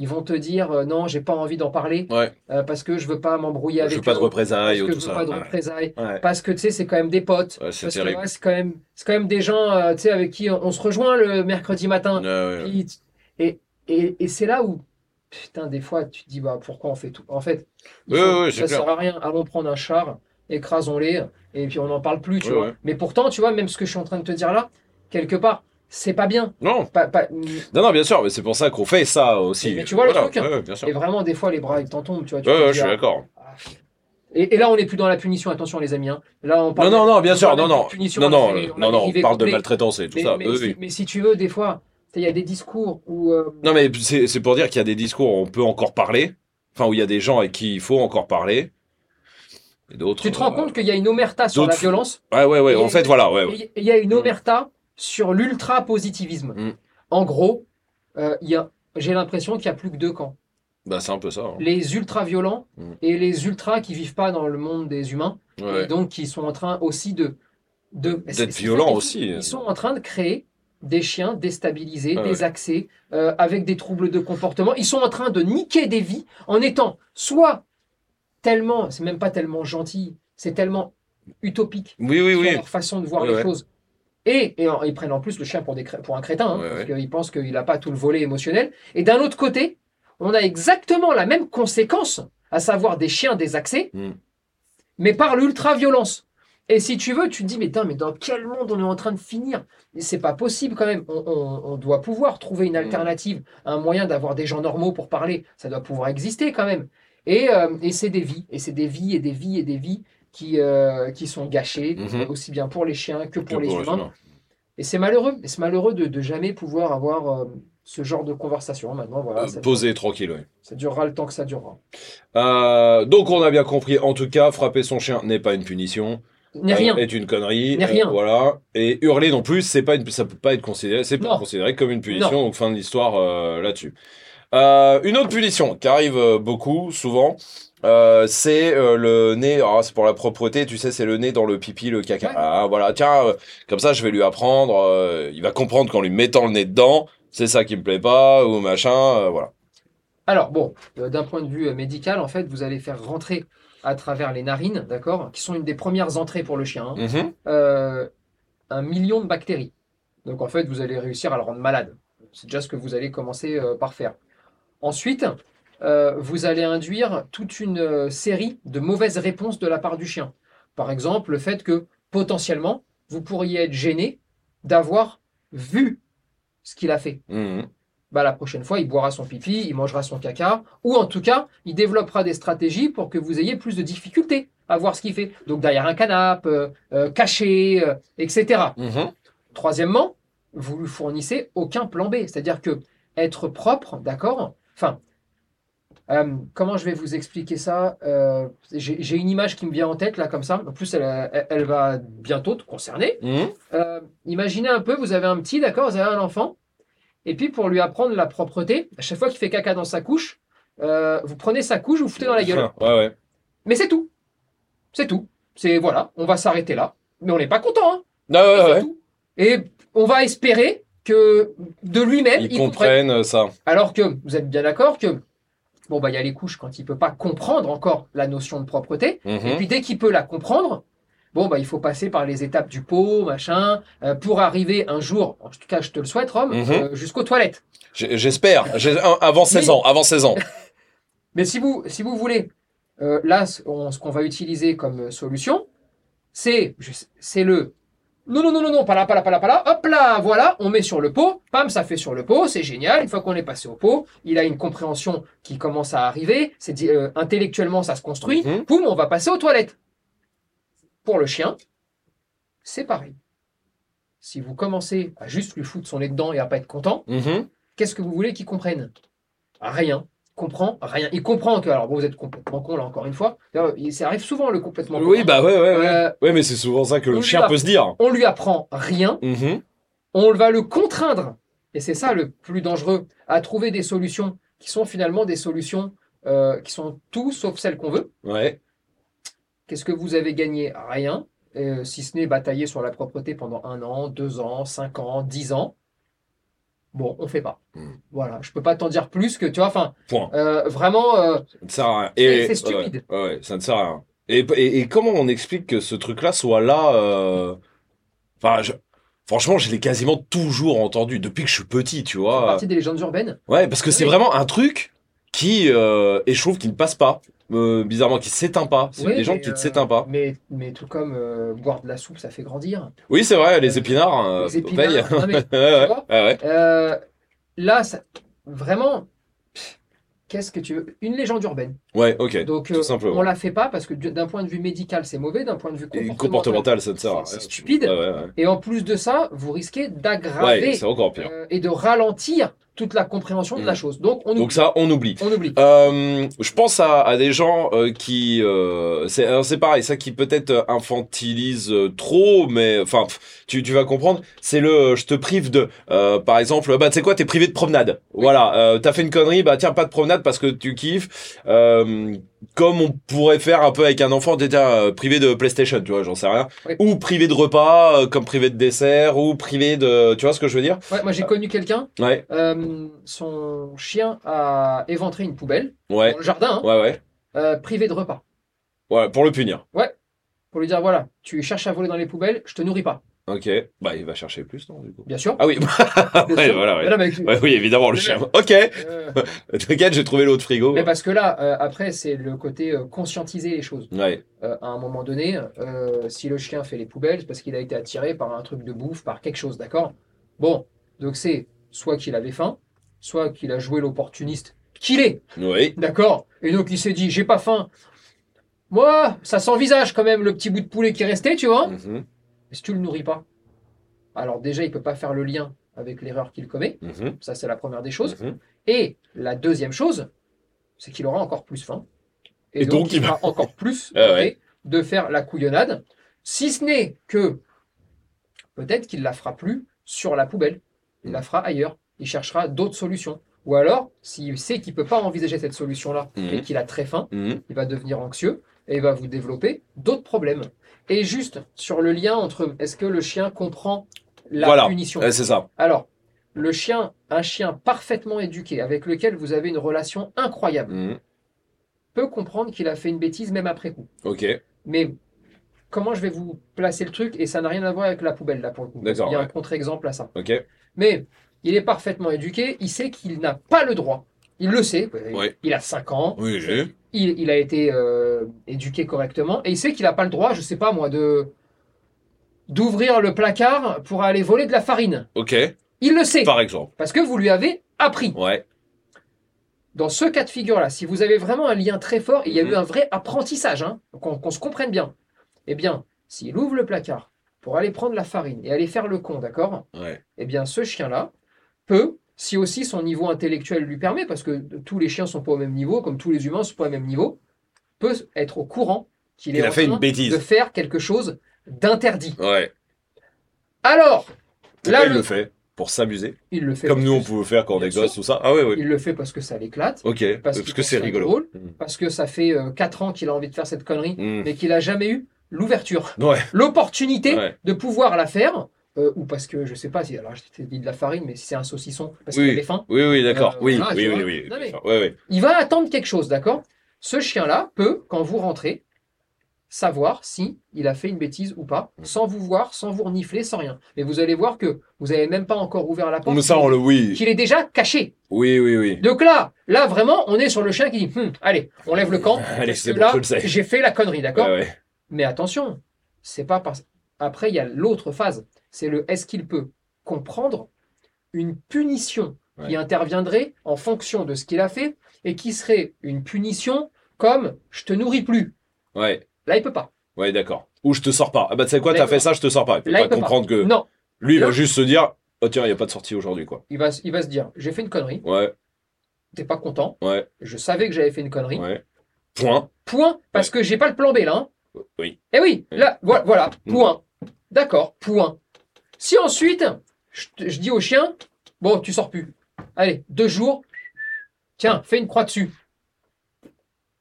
Speaker 2: ils vont te dire euh, non, j'ai pas envie d'en parler
Speaker 1: Ouais.
Speaker 2: euh, parce que je veux pas m'embrouiller
Speaker 1: Je
Speaker 2: avec
Speaker 1: veux pas de
Speaker 2: eux,
Speaker 1: représailles
Speaker 2: parce
Speaker 1: ou
Speaker 2: que
Speaker 1: tout
Speaker 2: je veux
Speaker 1: ça.
Speaker 2: pas de
Speaker 1: Ouais.
Speaker 2: représailles,
Speaker 1: Ouais.
Speaker 2: parce que tu sais c'est quand même des potes,
Speaker 1: Ouais, c'est
Speaker 2: parce que
Speaker 1: terrible.
Speaker 2: ouais, c'est quand même c'est quand même des gens, euh, tu sais avec qui on, on se rejoint le mercredi matin.
Speaker 1: Ouais, ouais.
Speaker 2: Puis tu- et et, et c'est là où putain des fois tu te dis bah pourquoi on fait tout en fait il
Speaker 1: Ouais,
Speaker 2: faut-
Speaker 1: ouais, c'est
Speaker 2: ça
Speaker 1: clair.
Speaker 2: sert à rien allons prendre un char écrasons-les et puis on n'en parle plus tu
Speaker 1: Ouais,
Speaker 2: vois
Speaker 1: ouais.
Speaker 2: mais pourtant tu vois même ce que je suis en train de te dire là quelque part c'est pas bien
Speaker 1: Non.
Speaker 2: pas, pas-
Speaker 1: non, non, bien sûr, mais c'est pour ça qu'on fait ça aussi.
Speaker 2: Mais tu vois le
Speaker 1: Voilà.
Speaker 2: truc hein.
Speaker 1: Ouais, ouais, bien sûr.
Speaker 2: et vraiment des fois les bras ils t'en tombent tu vois tu
Speaker 1: Ouais,
Speaker 2: te
Speaker 1: ouais,
Speaker 2: dis,
Speaker 1: je suis
Speaker 2: ah,
Speaker 1: d'accord.
Speaker 2: ah, pff. et, et là on n'est plus dans la punition attention les amis hein. là on
Speaker 1: Non,
Speaker 2: parle
Speaker 1: non, non, bien
Speaker 2: on
Speaker 1: sûr,
Speaker 2: parle
Speaker 1: non,
Speaker 2: de
Speaker 1: non,
Speaker 2: punition,
Speaker 1: non,
Speaker 2: on
Speaker 1: non,
Speaker 2: a fait-
Speaker 1: euh,
Speaker 2: on a
Speaker 1: non, non,
Speaker 2: dérivé
Speaker 1: on parle de
Speaker 2: complet.
Speaker 1: maltraitance et tout
Speaker 2: mais,
Speaker 1: ça.
Speaker 2: mais
Speaker 1: oui,
Speaker 2: si,
Speaker 1: oui.
Speaker 2: mais si tu veux des fois tu sais, il y a des discours où euh,
Speaker 1: Non, mais c'est c'est pour dire qu'il y a des discours où on peut encore parler, enfin où il y a des gens avec qui il faut encore parler, et d'autres.
Speaker 2: tu te rends
Speaker 1: euh,
Speaker 2: compte qu'il y a une omerta sur la
Speaker 1: d'autres-
Speaker 2: violence
Speaker 1: Ouais, ouais, ouais.
Speaker 2: Et-
Speaker 1: En fait, voilà, ouais.
Speaker 2: Et
Speaker 1: ouais.
Speaker 2: Il y- il y a une omerta sur l'ultra-positivisme.
Speaker 1: Mm.
Speaker 2: En gros, euh, il y a- j'ai l'impression qu'il n'y a plus que deux camps.
Speaker 1: Bah, c'est un peu ça. hein.
Speaker 2: Les ultra-violents
Speaker 1: Mm.
Speaker 2: et les ultras qui vivent pas dans le monde des humains.
Speaker 1: Ouais.
Speaker 2: Et donc, qui sont en train aussi de... de
Speaker 1: D'être
Speaker 2: c'est- c'est
Speaker 1: violents
Speaker 2: ça qui est
Speaker 1: aussi.
Speaker 2: fou. Ils sont en train de créer des chiens déstabilisés,
Speaker 1: Ah ouais.
Speaker 2: désaxés, euh, avec des troubles de comportement. Ils sont en train de niquer des vies en étant soit tellement... C'est même pas tellement gentil, c'est tellement utopique
Speaker 1: Oui, oui,
Speaker 2: sur
Speaker 1: oui.
Speaker 2: leur façon de voir
Speaker 1: Oui,
Speaker 2: les
Speaker 1: ouais.
Speaker 2: choses. Et, et en- ils prennent en plus le chien pour, des, cré- pour un crétin, hein,
Speaker 1: Ouais,
Speaker 2: parce
Speaker 1: ouais.
Speaker 2: qu'ils pensent qu'il n'a pas tout le volet émotionnel. Et d'un autre côté, on a exactement la même conséquence, à savoir des chiens désaxés,
Speaker 1: Mm.
Speaker 2: mais par l'ultra-violence. Et si tu veux, tu te dis, mais, tain, mais dans quel monde on est en train de finir Et C'est pas possible quand même. On, on- on doit pouvoir trouver
Speaker 1: Hmm.
Speaker 2: une alternative, un moyen d'avoir des gens normaux pour parler. Ça doit pouvoir exister quand même. Et, euh, et c'est des vies, et c'est des vies, et des vies, et des vies qui, euh, qui sont gâchées,
Speaker 1: Mhm.
Speaker 2: aussi bien pour les chiens que
Speaker 1: Que
Speaker 2: pour les humains.
Speaker 1: humains.
Speaker 2: Et c'est malheureux. Et c'est malheureux de, de jamais pouvoir avoir euh, ce genre de conversation. Maintenant, voilà,
Speaker 1: Euh,
Speaker 2: ça,
Speaker 1: Posé, tranquille, ouais.
Speaker 2: ça durera le temps que ça durera.
Speaker 1: Euh, donc on a bien compris, en tout cas, frapper son chien n'est pas une punition,
Speaker 2: N'est rien.
Speaker 1: Euh, est une connerie,
Speaker 2: N'est rien.
Speaker 1: voilà. Et hurler non plus, c'est pas une, ça peut pas être considéré, c'est pas
Speaker 2: Non.
Speaker 1: considéré comme une punition. Donc fin de l'histoire euh, là-dessus. Euh, une autre punition qui arrive euh, beaucoup, souvent, euh, c'est euh, le nez. alors, c'est pour la propreté, tu sais, c'est le nez dans le pipi, le caca.
Speaker 2: Ouais.
Speaker 1: Ah, voilà, tiens, euh, comme ça, je vais lui apprendre. euh, il va comprendre qu'en lui mettant le nez dedans, c'est ça qui me plaît pas ou machin. euh, voilà.
Speaker 2: Alors, bon, euh, d'un point de vue euh, médical, en fait, vous allez faire rentrer à travers les narines, d'accord, qui sont une des premières entrées pour le chien, hein,
Speaker 1: Mhm.
Speaker 2: euh, un million de bactéries. Donc, en fait, vous allez réussir à le rendre malade. C'est déjà ce que vous allez commencer euh, par faire. Ensuite, euh, vous allez induire toute une euh, série de mauvaises réponses de la part du chien. Par exemple, le fait que potentiellement, vous pourriez être gêné d'avoir vu ce qu'il a fait.
Speaker 1: Mhm.
Speaker 2: Bah, la prochaine fois, il boira son pipi, il mangera son caca, ou en tout cas, il développera des stratégies pour que vous ayez plus de difficultés à voir ce qu'il fait. Donc derrière un canapé, euh, euh, caché, euh, etc.
Speaker 1: Mhm.
Speaker 2: Troisièmement, vous lui fournissez aucun plan B. C'est-à-dire que être propre, d'accord Enfin, euh, comment je vais vous expliquer ça Euh, J'ai j'ai une image qui me vient en tête, là, comme ça. En plus, elle, euh, elle- elle va bientôt te concerner.
Speaker 1: Mhm.
Speaker 2: Euh, imaginez un peu, vous avez un petit, d'accord Vous avez un enfant. Et puis, pour lui apprendre la propreté, à chaque fois qu'il fait caca dans sa couche, euh, vous prenez sa couche, vous foutez dans la gueule.
Speaker 1: Ouais, ouais.
Speaker 2: Mais c'est tout. C'est tout. C'est voilà, on va s'arrêter là. Mais on n'est pas content, hein
Speaker 1: Ah, ouais,
Speaker 2: et c'est
Speaker 1: ouais.
Speaker 2: tout. Et on va espérer que de lui-même,
Speaker 1: Ils
Speaker 2: il comprenne.
Speaker 1: comprennent ça.
Speaker 2: Alors que vous êtes bien d'accord que, bon, bah, il y a les couches quand il peut pas comprendre encore la notion de propreté. Et
Speaker 1: Mhm.
Speaker 2: puis dès qu'il peut la comprendre, bon, bah, il faut passer par les étapes du pot, machin, euh, pour arriver un jour, en tout cas, je te le souhaite, Rome,
Speaker 1: Mhm.
Speaker 2: euh, jusqu'aux toilettes.
Speaker 1: J- J'espère. J'ai- un- Avant 16
Speaker 2: Mais-
Speaker 1: ans. Avant 16 ans.
Speaker 2: Mais si vous, si vous voulez, euh, là, ce on- ce qu'on va utiliser comme euh, solution, c'est, je sais- c'est le non, non, non, non, non, pas là, pas là, pas là, pas là, hop là, voilà, on met sur le pot, pam, ça fait sur le pot, c'est génial, une fois qu'on est passé au pot, il a une compréhension qui commence à arriver, c'est dit, euh, intellectuellement, ça se construit,
Speaker 1: Mhm.
Speaker 2: boum, on va passer aux toilettes. Pour le chien, c'est pareil. Si vous commencez à juste lui foutre son nez dedans et à pas être content,
Speaker 1: Mhm.
Speaker 2: qu'est-ce que vous voulez qu'il comprenne Rien. comprend rien. Il comprend que, alors bon, vous êtes complètement con là encore une fois. D'ailleurs, il- Ça arrive souvent le complètement con.
Speaker 1: Oui, bah ouais, ouais, ouais.
Speaker 2: Euh,
Speaker 1: Ouais, mais c'est souvent ça que le
Speaker 2: oui,
Speaker 1: chien
Speaker 2: bah.
Speaker 1: peut se dire.
Speaker 2: on lui apprend rien,
Speaker 1: Mhm.
Speaker 2: on va le contraindre, et c'est ça le plus dangereux, à trouver des solutions qui sont finalement des solutions euh, qui sont tout sauf celles qu'on veut.
Speaker 1: Ouais.
Speaker 2: Qu'est-ce que vous avez gagné Rien, euh, si ce n'est batailler sur la propreté pendant un an, deux ans, cinq ans, dix ans. Bon, on fait pas.
Speaker 1: Mm.
Speaker 2: Voilà, je peux pas t'en dire plus que tu vois. Enfin,
Speaker 1: Point.
Speaker 2: euh, vraiment, euh,
Speaker 1: Ça ne sert à rien.
Speaker 2: C'est-
Speaker 1: Et-
Speaker 2: c'est stupide.
Speaker 1: Ouais, ouais, ça ne sert à rien. Et, et- et comment on explique que ce truc-là soit là euh, Enfin, je- franchement, je l'ai quasiment toujours entendu depuis que je suis petit, tu
Speaker 2: ça fait
Speaker 1: vois.
Speaker 2: partie des légendes urbaines.
Speaker 1: Ouais, parce que c'est
Speaker 2: Oui.
Speaker 1: vraiment un truc qui, euh, et je trouve qu'il ne passe pas, euh, bizarrement, qui s'éteint pas. C'est
Speaker 2: Oui,
Speaker 1: des gens
Speaker 2: mais,
Speaker 1: qui ne
Speaker 2: euh,
Speaker 1: s'éteint pas.
Speaker 2: Mais, mais tout comme euh, boire de la soupe, ça fait grandir.
Speaker 1: Oui, c'est vrai, les épinards. euh,
Speaker 2: Les épinards,
Speaker 1: pareil.
Speaker 2: non, mais
Speaker 1: ouais,
Speaker 2: vois
Speaker 1: ouais, ouais.
Speaker 2: Euh, là, ça- vraiment, pff, qu'est-ce que tu veux? Une légende urbaine.
Speaker 1: Ouais, ok.
Speaker 2: Donc,
Speaker 1: tout
Speaker 2: euh,
Speaker 1: simplement.
Speaker 2: on la fait pas parce que du- d'un point de vue médical, c'est mauvais, d'un point de vue
Speaker 1: Et
Speaker 2: comportemental.
Speaker 1: comportemental, ça ne sert à rien.
Speaker 2: c'est stupide.
Speaker 1: Ouais, ouais, ouais.
Speaker 2: Et en plus de ça, vous risquez
Speaker 1: Ouais,
Speaker 2: d'aggraver
Speaker 1: c'est encore pire.
Speaker 2: euh, et de ralentir toute la compréhension de la
Speaker 1: Mm.
Speaker 2: chose. Donc, on
Speaker 1: Donc
Speaker 2: oublie.
Speaker 1: ça, on oublie.
Speaker 2: On oublie.
Speaker 1: Euh, je pense à, à des gens euh, qui euh, c'est alors c'est pareil ça qui peut-être euh, infantilise euh, trop mais enfin pff, tu, tu vas comprendre c'est le euh, je te prive de Euh, par exemple bah tu sais quoi t'es privé de promenade voilà euh, t'as fait une connerie bah tiens pas de promenade parce que tu kiffes Euh, comme on pourrait faire un peu avec un enfant déjà privé de PlayStation tu vois j'en sais rien
Speaker 2: Oui.
Speaker 1: ou privé de repas euh, comme privé de dessert ou privé de tu vois ce que je veux dire
Speaker 2: Ouais, moi, j'ai connu quelqu'un,
Speaker 1: ouais
Speaker 2: euh, son chien a éventré une poubelle
Speaker 1: ouais
Speaker 2: dans le jardin, hein,
Speaker 1: ouais ouais
Speaker 2: euh, privé de repas,
Speaker 1: ouais pour le punir
Speaker 2: pour lui dire, voilà, tu cherches à voler dans les poubelles, je te nourris pas.
Speaker 1: ok bah il va chercher plus non du coup
Speaker 2: Bien sûr.
Speaker 1: Ah oui,
Speaker 2: Bien
Speaker 1: ouais,
Speaker 2: sûr.
Speaker 1: voilà, ouais.
Speaker 2: Mais non, mais-
Speaker 1: Ouais, oui, évidemment, le chien. Ok,
Speaker 2: euh,
Speaker 1: t'inquiète, j'ai trouvé l'autre frigo.
Speaker 2: Mais parce que là, euh, après, c'est le côté euh, conscientiser les choses.
Speaker 1: Ouais,
Speaker 2: Euh, à un moment donné, euh, si le chien fait les poubelles, c'est parce qu'il a été attiré par un truc de bouffe, par quelque chose, d'accord? Bon, donc c'est soit qu'il avait faim, soit qu'il a joué l'opportuniste qu'il est,
Speaker 1: oui,
Speaker 2: d'accord? Et donc il s'est dit, j'ai pas faim. Moi, ça s'envisage quand même le petit bout de poulet qui restait, tu vois?
Speaker 1: mhm,
Speaker 2: Mais si tu le nourris pas, alors déjà, il peut pas faire le lien avec l'erreur qu'il commet.
Speaker 1: mhm,
Speaker 2: Ça, c'est la première des choses.
Speaker 1: mhm.
Speaker 2: Et la deuxième chose, c'est qu'il aura encore plus faim. Et,
Speaker 1: Et
Speaker 2: donc,
Speaker 1: donc,
Speaker 2: il
Speaker 1: il va-
Speaker 2: va encore plus
Speaker 1: Ah ouais.
Speaker 2: tenter de faire la couillonnade. Si ce n'est que peut-être qu'il la fera plus sur la poubelle. Il
Speaker 1: Mm.
Speaker 2: la fera ailleurs. Il cherchera d'autres solutions. Ou alors, s'il sait qu'il ne peut pas envisager cette solution-là
Speaker 1: Mhm.
Speaker 2: et qu'il a très faim,
Speaker 1: mhm.
Speaker 2: il va devenir anxieux et il va vous développer d'autres problèmes. Et juste sur le lien entre est-ce que le chien comprend la
Speaker 1: Voilà.
Speaker 2: punition
Speaker 1: Ouais, c'est ça.
Speaker 2: alors, le chien, un chien parfaitement éduqué avec lequel vous avez une relation incroyable,
Speaker 1: Mhm,
Speaker 2: peut comprendre qu'il a fait une bêtise même après coup.
Speaker 1: Ok,
Speaker 2: Mais comment je vais vous placer le truc Et ça n'a rien à voir avec la poubelle là pour le coup. parce
Speaker 1: D'accord,
Speaker 2: qu'il y a un
Speaker 1: ouais.
Speaker 2: contre-exemple à ça.
Speaker 1: ok.
Speaker 2: Mais il est parfaitement éduqué, il sait qu'il n'a pas le droit. Il le sait, il-
Speaker 1: Ouais.
Speaker 2: il a 5 ans,
Speaker 1: Oui, j'ai.
Speaker 2: il, il a été euh, éduqué correctement et il sait qu'il n'a pas le droit, je sais pas moi, de d'ouvrir le placard pour aller voler de la farine.
Speaker 1: Ok,
Speaker 2: Il le sait,
Speaker 1: par exemple.
Speaker 2: parce que vous lui avez appris.
Speaker 1: Ouais,
Speaker 2: Dans ce cas de figure-là, si vous avez vraiment un lien très fort, il y a
Speaker 1: Mhm.
Speaker 2: eu un vrai apprentissage, hein, qu'on qu'on se comprenne bien, eh bien, s'il ouvre le placard pour aller prendre la farine et aller faire le con, d'accord
Speaker 1: ouais.
Speaker 2: Eh bien, ce chien-là peut, si aussi son niveau intellectuel lui permet, parce que tous les chiens sont pas au même niveau, comme tous les humains sont pas au même niveau, peut être au courant qu'il est
Speaker 1: Il a
Speaker 2: en
Speaker 1: fait
Speaker 2: train
Speaker 1: une bêtise.
Speaker 2: de faire quelque chose d'interdit.
Speaker 1: Ouais.
Speaker 2: Alors,
Speaker 1: Là,
Speaker 2: là,
Speaker 1: il
Speaker 2: le-
Speaker 1: le fait pour s'amuser,
Speaker 2: il le fait,
Speaker 1: comme nous on
Speaker 2: parce que-
Speaker 1: pouvait faire quand on
Speaker 2: Bien
Speaker 1: est gosse, tout ça. Ah oui, oui.
Speaker 2: il le fait parce que ça l'éclate,
Speaker 1: Ok,
Speaker 2: parce,
Speaker 1: parce,
Speaker 2: qu'il
Speaker 1: que
Speaker 2: pense
Speaker 1: c'est
Speaker 2: ça
Speaker 1: rigolo. Mm.
Speaker 2: drôle, parce que ça fait 4 ans qu'il a envie de faire cette connerie.
Speaker 1: Mhm.
Speaker 2: mais qu'il n'a jamais eu l'ouverture,
Speaker 1: Ouais.
Speaker 2: l'opportunité
Speaker 1: Ouais.
Speaker 2: de pouvoir la faire, euh, ou parce que je sais pas si alors je t'ai dit de la farine, mais si c'est un saucisson parce
Speaker 1: Oui.
Speaker 2: qu'il avait faim,
Speaker 1: Oui, oui, d'accord.
Speaker 2: Euh,
Speaker 1: oui,
Speaker 2: voilà,
Speaker 1: oui,
Speaker 2: tu
Speaker 1: oui,
Speaker 2: vois.
Speaker 1: oui,
Speaker 2: Non, mais-
Speaker 1: Enfin, ouais, ouais.
Speaker 2: il va attendre quelque chose, d'accord Ce chien-là peut, quand vous rentrez, savoir si il a fait une bêtise ou pas,
Speaker 1: Mm.
Speaker 2: sans vous voir, sans vous renifler, sans rien. Mais vous allez voir que vous n'avez même pas encore ouvert la porte,
Speaker 1: Mais ça, on le. Oui,
Speaker 2: qu'il est déjà caché.
Speaker 1: oui, oui, oui.
Speaker 2: Donc là, là vraiment, on est sur le chien qui dit, Hum, allez, on lève le camp.
Speaker 1: Allez,
Speaker 2: parce
Speaker 1: c'est
Speaker 2: que
Speaker 1: bon,
Speaker 2: là,
Speaker 1: je le sais.
Speaker 2: j'ai fait la connerie, d'accord
Speaker 1: Ouais, ouais.
Speaker 2: Mais attention, c'est pas parce. Après, il y a l'autre phase, c'est le est-ce qu'il peut comprendre une punition
Speaker 1: Ouais.
Speaker 2: qui interviendrait en fonction de ce qu'il a fait et qui serait une punition comme je te nourris plus.
Speaker 1: Ouais,
Speaker 2: Là, il peut pas.
Speaker 1: ouais, d'accord. Ou je te sors pas. Ah bah, tu sais quoi,
Speaker 2: Là,
Speaker 1: t'as
Speaker 2: il
Speaker 1: fait
Speaker 2: peut
Speaker 1: ça, je te sors pas. Il peut
Speaker 2: Là,
Speaker 1: pas
Speaker 2: il peut pas.
Speaker 1: comprendre que.
Speaker 2: Non,
Speaker 1: Lui, il va
Speaker 2: Là-
Speaker 1: juste se dire, oh tiens, il n'y a pas de sortie aujourd'hui, quoi.
Speaker 2: il va, s- il va se dire j'ai fait une connerie,
Speaker 1: Ouais,
Speaker 2: t'es pas content.
Speaker 1: Ouais.
Speaker 2: Je savais que j'avais fait une connerie.
Speaker 1: Ouais. Point.
Speaker 2: Point, parce que j'ai pas le plan B là. hein.
Speaker 1: Oui.
Speaker 2: Eh oui,
Speaker 1: Oui.
Speaker 2: là, vo- voilà,
Speaker 1: Mm.
Speaker 2: point. D'accord, point. Si ensuite, je, te- je dis au chien, bon, tu sors plus. Allez, deux jours, tiens, fais une croix dessus.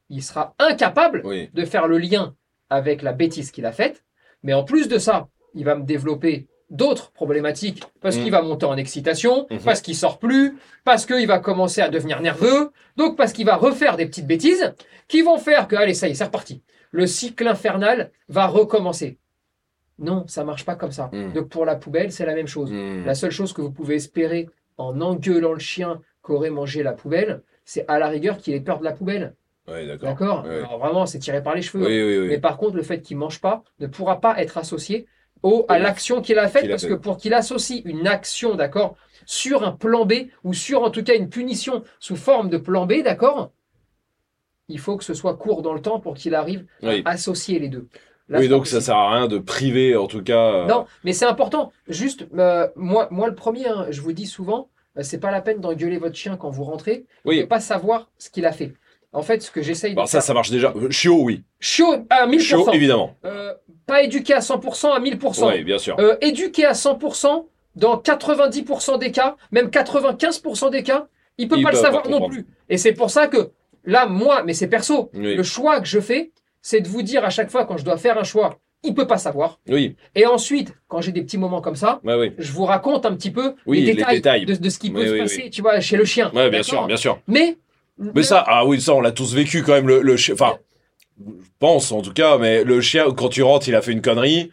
Speaker 2: Il sera incapable
Speaker 1: Oui.
Speaker 2: de faire le lien avec la bêtise qu'il a faite, mais en plus de ça, il va me développer d'autres problématiques parce
Speaker 1: Mm.
Speaker 2: qu'il va monter en excitation,
Speaker 1: Mhm.
Speaker 2: parce qu'il sort plus, parce qu'il va commencer à devenir nerveux, donc parce qu'il va refaire des petites bêtises qui vont faire que, allez, ça y est, c'est reparti. Le cycle infernal va recommencer. Non, ça marche pas comme ça.
Speaker 1: Mm.
Speaker 2: Donc pour la poubelle, c'est la même chose.
Speaker 1: Mm.
Speaker 2: La seule chose que vous pouvez espérer en engueulant le chien qu'aurait mangé la poubelle, c'est à la rigueur qu'il ait peur de la poubelle.
Speaker 1: Ouais, d'accord.
Speaker 2: D'accord
Speaker 1: Ouais.
Speaker 2: Alors Vraiment, c'est tiré par les
Speaker 1: Oui,
Speaker 2: cheveux.
Speaker 1: oui, oui.
Speaker 2: Mais par contre, le fait qu'il ne mange pas ne pourra pas être associé au, à
Speaker 1: Oui.
Speaker 2: l'action qu'il a faite,
Speaker 1: Qu'il a
Speaker 2: parce
Speaker 1: fait.
Speaker 2: que pour qu'il associe une action, d'accord, sur un plan B, ou sur en tout cas une punition sous forme de plan B, d'accord, il faut que ce soit court dans le temps pour qu'il arrive
Speaker 1: Oui.
Speaker 2: à associer les deux. Ah, Là,
Speaker 1: Oui,
Speaker 2: c'est pas
Speaker 1: donc ça
Speaker 2: possible.
Speaker 1: sert à rien de priver, en tout cas. euh,
Speaker 2: Non, mais c'est important. Juste, euh, moi, moi le premier, hein, je vous dis souvent, euh, c'est pas la peine d'engueuler votre chien quand vous rentrez,
Speaker 1: Oui.
Speaker 2: ne pas savoir ce qu'il a fait. En fait, ce que j'essaye de
Speaker 1: Bon, ça,
Speaker 2: faire,
Speaker 1: ça marche déjà. Euh, Chiot, oui.
Speaker 2: Chiot à 1000%.
Speaker 1: Chiot, évidemment.
Speaker 2: Euh, pas éduqué à 100% à 1000%.
Speaker 1: Oui, bien sûr.
Speaker 2: Euh, éduqué à 100% dans 90% des cas, même 95% des cas, il peut
Speaker 1: Il
Speaker 2: pas le
Speaker 1: peut pas
Speaker 2: savoir non
Speaker 1: comprendre.
Speaker 2: plus. Et c'est pour ça que là, moi, mais c'est perso,
Speaker 1: Oui.
Speaker 2: le choix que je fais, c'est de vous dire à chaque fois quand je dois faire un choix, il peut pas savoir.
Speaker 1: Oui,
Speaker 2: Et ensuite, quand j'ai des petits moments comme ça,
Speaker 1: ouais, oui.
Speaker 2: je vous raconte un petit peu
Speaker 1: Oui,
Speaker 2: les
Speaker 1: les
Speaker 2: détails,
Speaker 1: détails.
Speaker 2: De, de ce qui peut
Speaker 1: Oui,
Speaker 2: se
Speaker 1: oui,
Speaker 2: passer, tu vois, chez le chien.
Speaker 1: Ouais, bien sûr,
Speaker 2: D'accord
Speaker 1: bien sûr.
Speaker 2: Mais,
Speaker 1: Mais ça, ah oui, ça, on l'a tous vécu quand même. Le, le chien, enfin, je pense en tout cas, mais le chien, quand tu rentres, il a fait une connerie.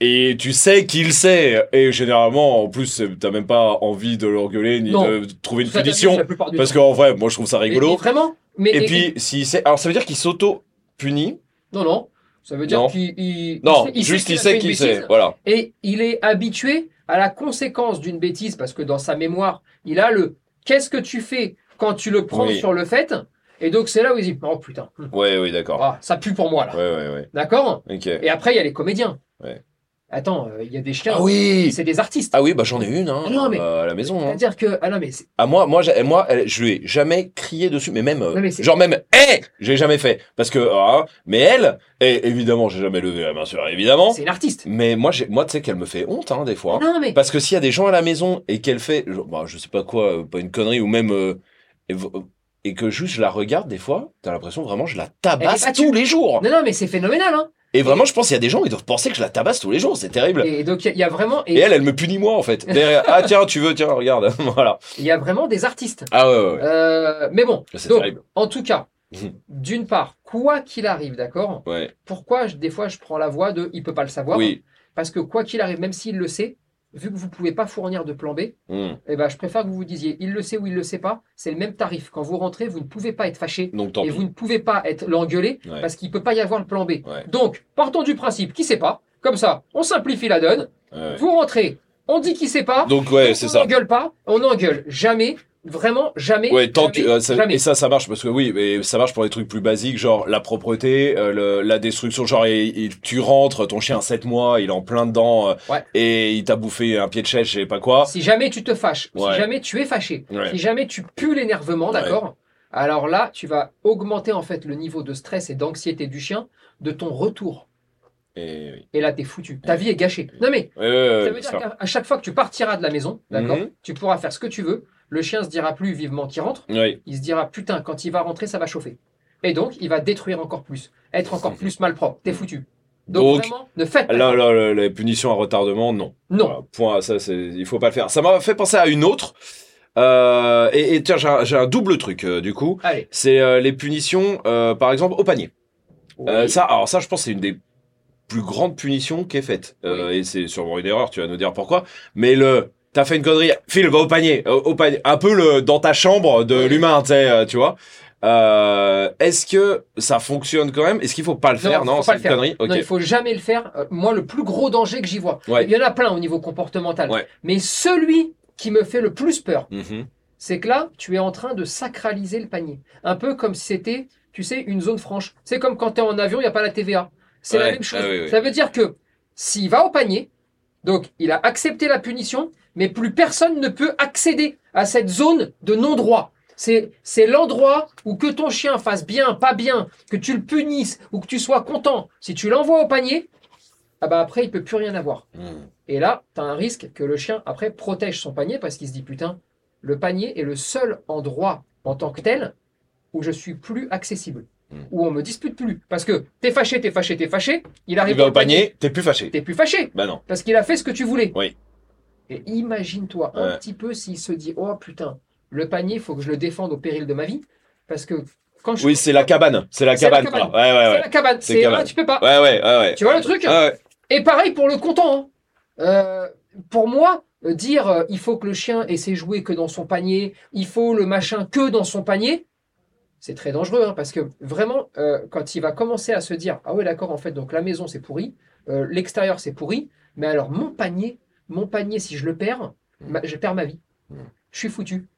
Speaker 1: Et tu sais qu'il sait. Et généralement, en plus, c'est- t'as même pas envie de l'engueuler ni
Speaker 2: Non.
Speaker 1: de trouver une
Speaker 2: Ça, t'as vu,
Speaker 1: punition.
Speaker 2: la plupart du
Speaker 1: Parce
Speaker 2: temps.
Speaker 1: qu'en vrai, moi, je trouve ça
Speaker 2: Mais-
Speaker 1: rigolo.
Speaker 2: mais vraiment, mais
Speaker 1: Et
Speaker 2: et-
Speaker 1: puis, s'il sait. Alors, ça veut dire qu'il s'auto-punit.
Speaker 2: Non, non. Ça veut dire
Speaker 1: Non.
Speaker 2: qu'il. il-
Speaker 1: Non,
Speaker 2: il sait-
Speaker 1: juste il
Speaker 2: a fait
Speaker 1: sait
Speaker 2: une
Speaker 1: qu'il sait.
Speaker 2: bêtise
Speaker 1: Voilà.
Speaker 2: Et il est habitué à la conséquence d'une bêtise parce que dans sa mémoire, il a le qu'est-ce que tu fais quand tu le prends
Speaker 1: Oui.
Speaker 2: sur le fait. Et donc, c'est là où il dit Oh putain, hum,
Speaker 1: Ouais, oui, d'accord.
Speaker 2: ah, ça pue pour moi là.
Speaker 1: Ouais, ouais, ouais.
Speaker 2: D'accord
Speaker 1: Ok.
Speaker 2: Et après, il y a les comédiens.
Speaker 1: Ouais.
Speaker 2: Attends, euh, il y a des chiens.
Speaker 1: Ah oui
Speaker 2: C'est des artistes.
Speaker 1: Ah oui, bah j'en ai une, hein.
Speaker 2: Ah non, mais-
Speaker 1: euh, à la maison. hein.
Speaker 2: C'est-à-dire que. Ah non, mais c'est-
Speaker 1: Ah moi, moi, j'ai- moi, elle- je lui ai jamais crié dessus, mais même, euh,
Speaker 2: Non, mais c'est-
Speaker 1: genre même, hé, j'ai jamais fait, parce que, ah, mais elle, et évidemment, j'ai jamais levé la main sur elle, évidemment.
Speaker 2: c'est une artiste.
Speaker 1: Mais moi, j'ai, moi, tu sais qu'elle me fait honte, hein, des fois.
Speaker 2: Non, mais.
Speaker 1: Parce que s'il y a des gens à la maison et qu'elle fait, genre, bah, je sais pas quoi, euh, pas une connerie ou même, euh, et, vo- et que juste je la regarde des fois, t'as l'impression vraiment je la tabasse
Speaker 2: Elle est battue.
Speaker 1: tous les jours.
Speaker 2: Non, non, mais c'est phénoménal. Hein.
Speaker 1: Et vraiment, je pense qu'il y a des gens, ils doivent penser que je la tabasse tous les jours, c'est terrible.
Speaker 2: Et donc, il y a- il y a vraiment.
Speaker 1: Et
Speaker 2: Et
Speaker 1: elle, elle me punit moi en fait. Derrière, ah tiens, tu veux, tiens, regarde, voilà.
Speaker 2: il y a vraiment des artistes.
Speaker 1: Ah ouais, ouais, ouais.
Speaker 2: Euh, mais bon,
Speaker 1: c'est
Speaker 2: donc,
Speaker 1: terrible.
Speaker 2: en tout cas,
Speaker 1: Mhm.
Speaker 2: d'une part, quoi qu'il arrive, d'accord
Speaker 1: Ouais.
Speaker 2: pourquoi je- des fois je prends la voie de il peut pas le savoir
Speaker 1: Oui.
Speaker 2: parce que quoi qu'il arrive même s'il le sait vu que vous pouvez pas fournir de plan B
Speaker 1: Hmm.
Speaker 2: eh ben je préfère que vous vous disiez il le sait ou il le sait pas c'est le même tarif quand vous rentrez vous ne pouvez pas être fâché
Speaker 1: Donc tant
Speaker 2: et
Speaker 1: pis.
Speaker 2: vous ne pouvez pas être l'engueulé
Speaker 1: Ouais.
Speaker 2: parce qu'il peut pas y avoir le plan B
Speaker 1: Ouais.
Speaker 2: donc partons du principe qui sait pas comme ça on simplifie la donne
Speaker 1: Ouais.
Speaker 2: vous rentrez on dit qui sait pas
Speaker 1: Donc ouais,
Speaker 2: donc
Speaker 1: c'est
Speaker 2: on
Speaker 1: ça.
Speaker 2: n'engueule pas on n'engueule jamais vraiment jamais
Speaker 1: Ouais, tant que
Speaker 2: jamais,
Speaker 1: euh, ça-
Speaker 2: jamais.
Speaker 1: et ça ça marche parce que oui, mais ça marche pour les trucs plus basiques genre la propreté, euh, le- la destruction, genre il- il- tu rentres, ton chien a 7 mois, il est en plein dedans euh,
Speaker 2: Ouais.
Speaker 1: et il t'a bouffé un pied de chèche, je sais pas quoi.
Speaker 2: Si jamais tu te fâches,
Speaker 1: Ouais.
Speaker 2: si jamais tu es fâché,
Speaker 1: Ouais.
Speaker 2: si jamais tu pues l'énervement,
Speaker 1: Ouais.
Speaker 2: d'accord Alors là, tu vas augmenter en fait le niveau de stress et d'anxiété du chien de ton retour.
Speaker 1: Et oui.
Speaker 2: Et là, t'es foutu. Ta vie est gâchée. Non mais,
Speaker 1: Ouais, ouais, ouais,
Speaker 2: ça
Speaker 1: bien
Speaker 2: veut dire
Speaker 1: sûr.
Speaker 2: qu'à à chaque fois que tu partiras de la maison, d'accord
Speaker 1: Mhm.
Speaker 2: Tu pourras faire ce que tu veux. Le chien se dira plus vivement qu'il rentre.
Speaker 1: Ouais.
Speaker 2: Il se dira putain, quand il va rentrer, ça va chauffer. Et donc, il va détruire encore plus, être encore plus malpropre. T'es foutu. Donc,
Speaker 1: Mhm. Donc,
Speaker 2: vraiment, ne faites pas.
Speaker 1: Là, là, là, les punitions à retardement, non.
Speaker 2: Non.
Speaker 1: Voilà, point, ça, c'est, il faut pas le faire. Ça m'a fait penser à une autre. Euh, et, et tiens, j'ai un, j'ai un double truc euh, du coup.
Speaker 2: Allez.
Speaker 1: C'est euh, les punitions, euh, par exemple, au panier. Euh, ça, alors ça, je pense, que c'est une des plus grandes punitions qui est faite. Euh, Et c'est sûrement une erreur. Tu vas nous dire pourquoi. Mais le, t'as fait une connerie. Phil, va au panier. Au, au panier. Un peu le dans ta chambre de
Speaker 2: Oui.
Speaker 1: l'humain, tu sais, euh, tu vois. Euh, est-ce que ça fonctionne quand même Est-ce qu'il faut pas le
Speaker 2: Non,
Speaker 1: faire
Speaker 2: faut
Speaker 1: Non,
Speaker 2: pas
Speaker 1: c'est
Speaker 2: le
Speaker 1: une
Speaker 2: faire.
Speaker 1: connerie. Ok.
Speaker 2: Non, il faut jamais le faire. Euh, Moi, le plus gros danger que j'y vois,
Speaker 1: Ouais.
Speaker 2: Euh, il y en a plein au niveau comportemental,
Speaker 1: Ouais.
Speaker 2: mais celui qui me fait le plus peur,
Speaker 1: Mhm.
Speaker 2: c'est que là, tu es en train de sacraliser le panier. Un peu comme si c'était, tu sais, une zone franche. C'est comme quand tu es en avion, il n'y a pas la TVA. C'est
Speaker 1: Ouais.
Speaker 2: la même chose.
Speaker 1: Ah oui, oui.
Speaker 2: Ça veut dire que s'il va au panier, donc il a accepté la punition, mais plus personne ne peut accéder à cette zone de non-droit. C'est c'est l'endroit où que ton chien fasse bien, pas bien, que tu le punisses ou que tu sois content. Si tu l'envoies au panier, ah bah après, il peut plus rien avoir.
Speaker 1: Hmm.
Speaker 2: Et là, tu as un risque que le chien, après, protège son panier parce qu'il se dit Putain, le panier est le seul endroit en tant que tel où je suis plus accessible,
Speaker 1: Mm.
Speaker 2: où on me dispute plus. Parce que t'es fâché, t'es fâché, t'es fâché, il
Speaker 1: Il
Speaker 2: arrive
Speaker 1: va
Speaker 2: dans
Speaker 1: au
Speaker 2: le panier,
Speaker 1: panier, t'es plus fâché.
Speaker 2: t'es plus fâché
Speaker 1: Bah non.
Speaker 2: parce qu'il a fait ce que tu voulais.
Speaker 1: Oui.
Speaker 2: Et imagine-toi
Speaker 1: Ouais.
Speaker 2: un petit peu s'il se dit Oh putain, le panier, faut que je le défende au péril de ma vie parce que quand je.
Speaker 1: Oui, c'est la cabane. C'est la
Speaker 2: C'est la
Speaker 1: cabane.
Speaker 2: cabane.
Speaker 1: quoi. Ouais,
Speaker 2: c'est
Speaker 1: ouais, ouais.
Speaker 2: la cabane,
Speaker 1: C'est
Speaker 2: c'est
Speaker 1: cabane.
Speaker 2: ah, tu peux pas.
Speaker 1: Ouais, ouais, ouais, ouais.
Speaker 2: Tu vois le truc
Speaker 1: Ah ouais.
Speaker 2: Et pareil pour le content. hein. Euh, pour moi, euh, dire euh, il faut que le chien ait ses jouets que dans son panier, il faut le machin que dans son panier, c'est très dangereux hein, parce que vraiment, euh, quand il va commencer à se dire ah ouais d'accord en fait donc la maison c'est pourri, euh, l'extérieur c'est pourri, mais alors mon panier, mon panier si je le perds,
Speaker 1: Mm.
Speaker 2: ma- je perds ma vie,
Speaker 1: Mm.
Speaker 2: je suis foutu.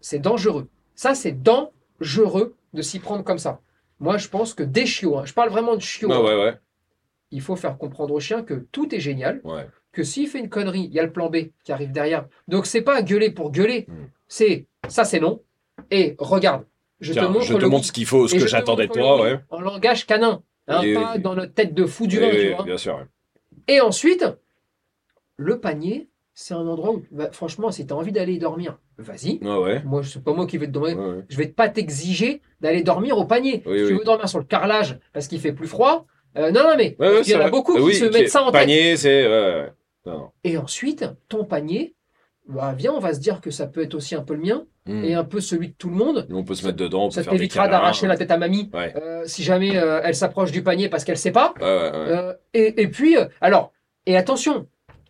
Speaker 2: C'est dangereux. Ça c'est dangereux de s'y prendre comme ça. Moi je pense que des chiots, hein, je parle vraiment de chiots.
Speaker 1: Bah Ouais,
Speaker 2: hein
Speaker 1: ouais, ouais.
Speaker 2: il faut faire comprendre au chien que tout est génial,
Speaker 1: Ouais.
Speaker 2: que s'il fait une connerie, il y a le plan B qui arrive derrière. Donc c'est pas gueuler pour gueuler,
Speaker 1: Mm.
Speaker 2: c'est ça c'est non. Et regarde, je
Speaker 1: Tiens,
Speaker 2: te montre
Speaker 1: je te
Speaker 2: le
Speaker 1: montre
Speaker 2: oui.
Speaker 1: ce qu'il faut, ce
Speaker 2: Et
Speaker 1: que
Speaker 2: je te
Speaker 1: j'attendais de toi,
Speaker 2: montre le oui
Speaker 1: ouais.
Speaker 2: en langage canin, hein,
Speaker 1: Oui,
Speaker 2: pas
Speaker 1: oui.
Speaker 2: dans notre tête de fou du
Speaker 1: Oui,
Speaker 2: vin,
Speaker 1: oui,
Speaker 2: tu vois.
Speaker 1: bien sûr. ouais.
Speaker 2: Et ensuite, le panier, c'est un endroit où bah, franchement, si tu as envie d'aller dormir, vas-y.
Speaker 1: Ouais, ouais.
Speaker 2: Moi, c'est pas moi qui vais te demander
Speaker 1: Ouais, ouais.
Speaker 2: je vais pas t'exiger d'aller dormir au panier.
Speaker 1: Oui,
Speaker 2: si tu
Speaker 1: oui.
Speaker 2: veux dormir sur le carrelage parce qu'il fait plus froid, euh, non, non, mais
Speaker 1: Ouais, ouais,
Speaker 2: il y
Speaker 1: c'est
Speaker 2: en a
Speaker 1: vrai. Euh,
Speaker 2: beaucoup qui
Speaker 1: Oui,
Speaker 2: se mettent ça en tête.
Speaker 1: Panier, c'est. ouais, ouais. Non, non.
Speaker 2: Et ensuite, ton panier, bah, viens, on va se dire que ça peut être aussi un peu le mien
Speaker 1: Hmm.
Speaker 2: et un peu celui de tout le monde.
Speaker 1: Nous, on peut se mettre dedans, on peut
Speaker 2: Ça
Speaker 1: faire des
Speaker 2: t'évitera
Speaker 1: câlins.
Speaker 2: d'arracher la tête à mamie
Speaker 1: Ouais.
Speaker 2: euh, si jamais euh, elle s'approche du panier parce qu'elle sait pas.
Speaker 1: Ouais, ouais, ouais.
Speaker 2: Euh, et, et puis, euh, alors, et attention,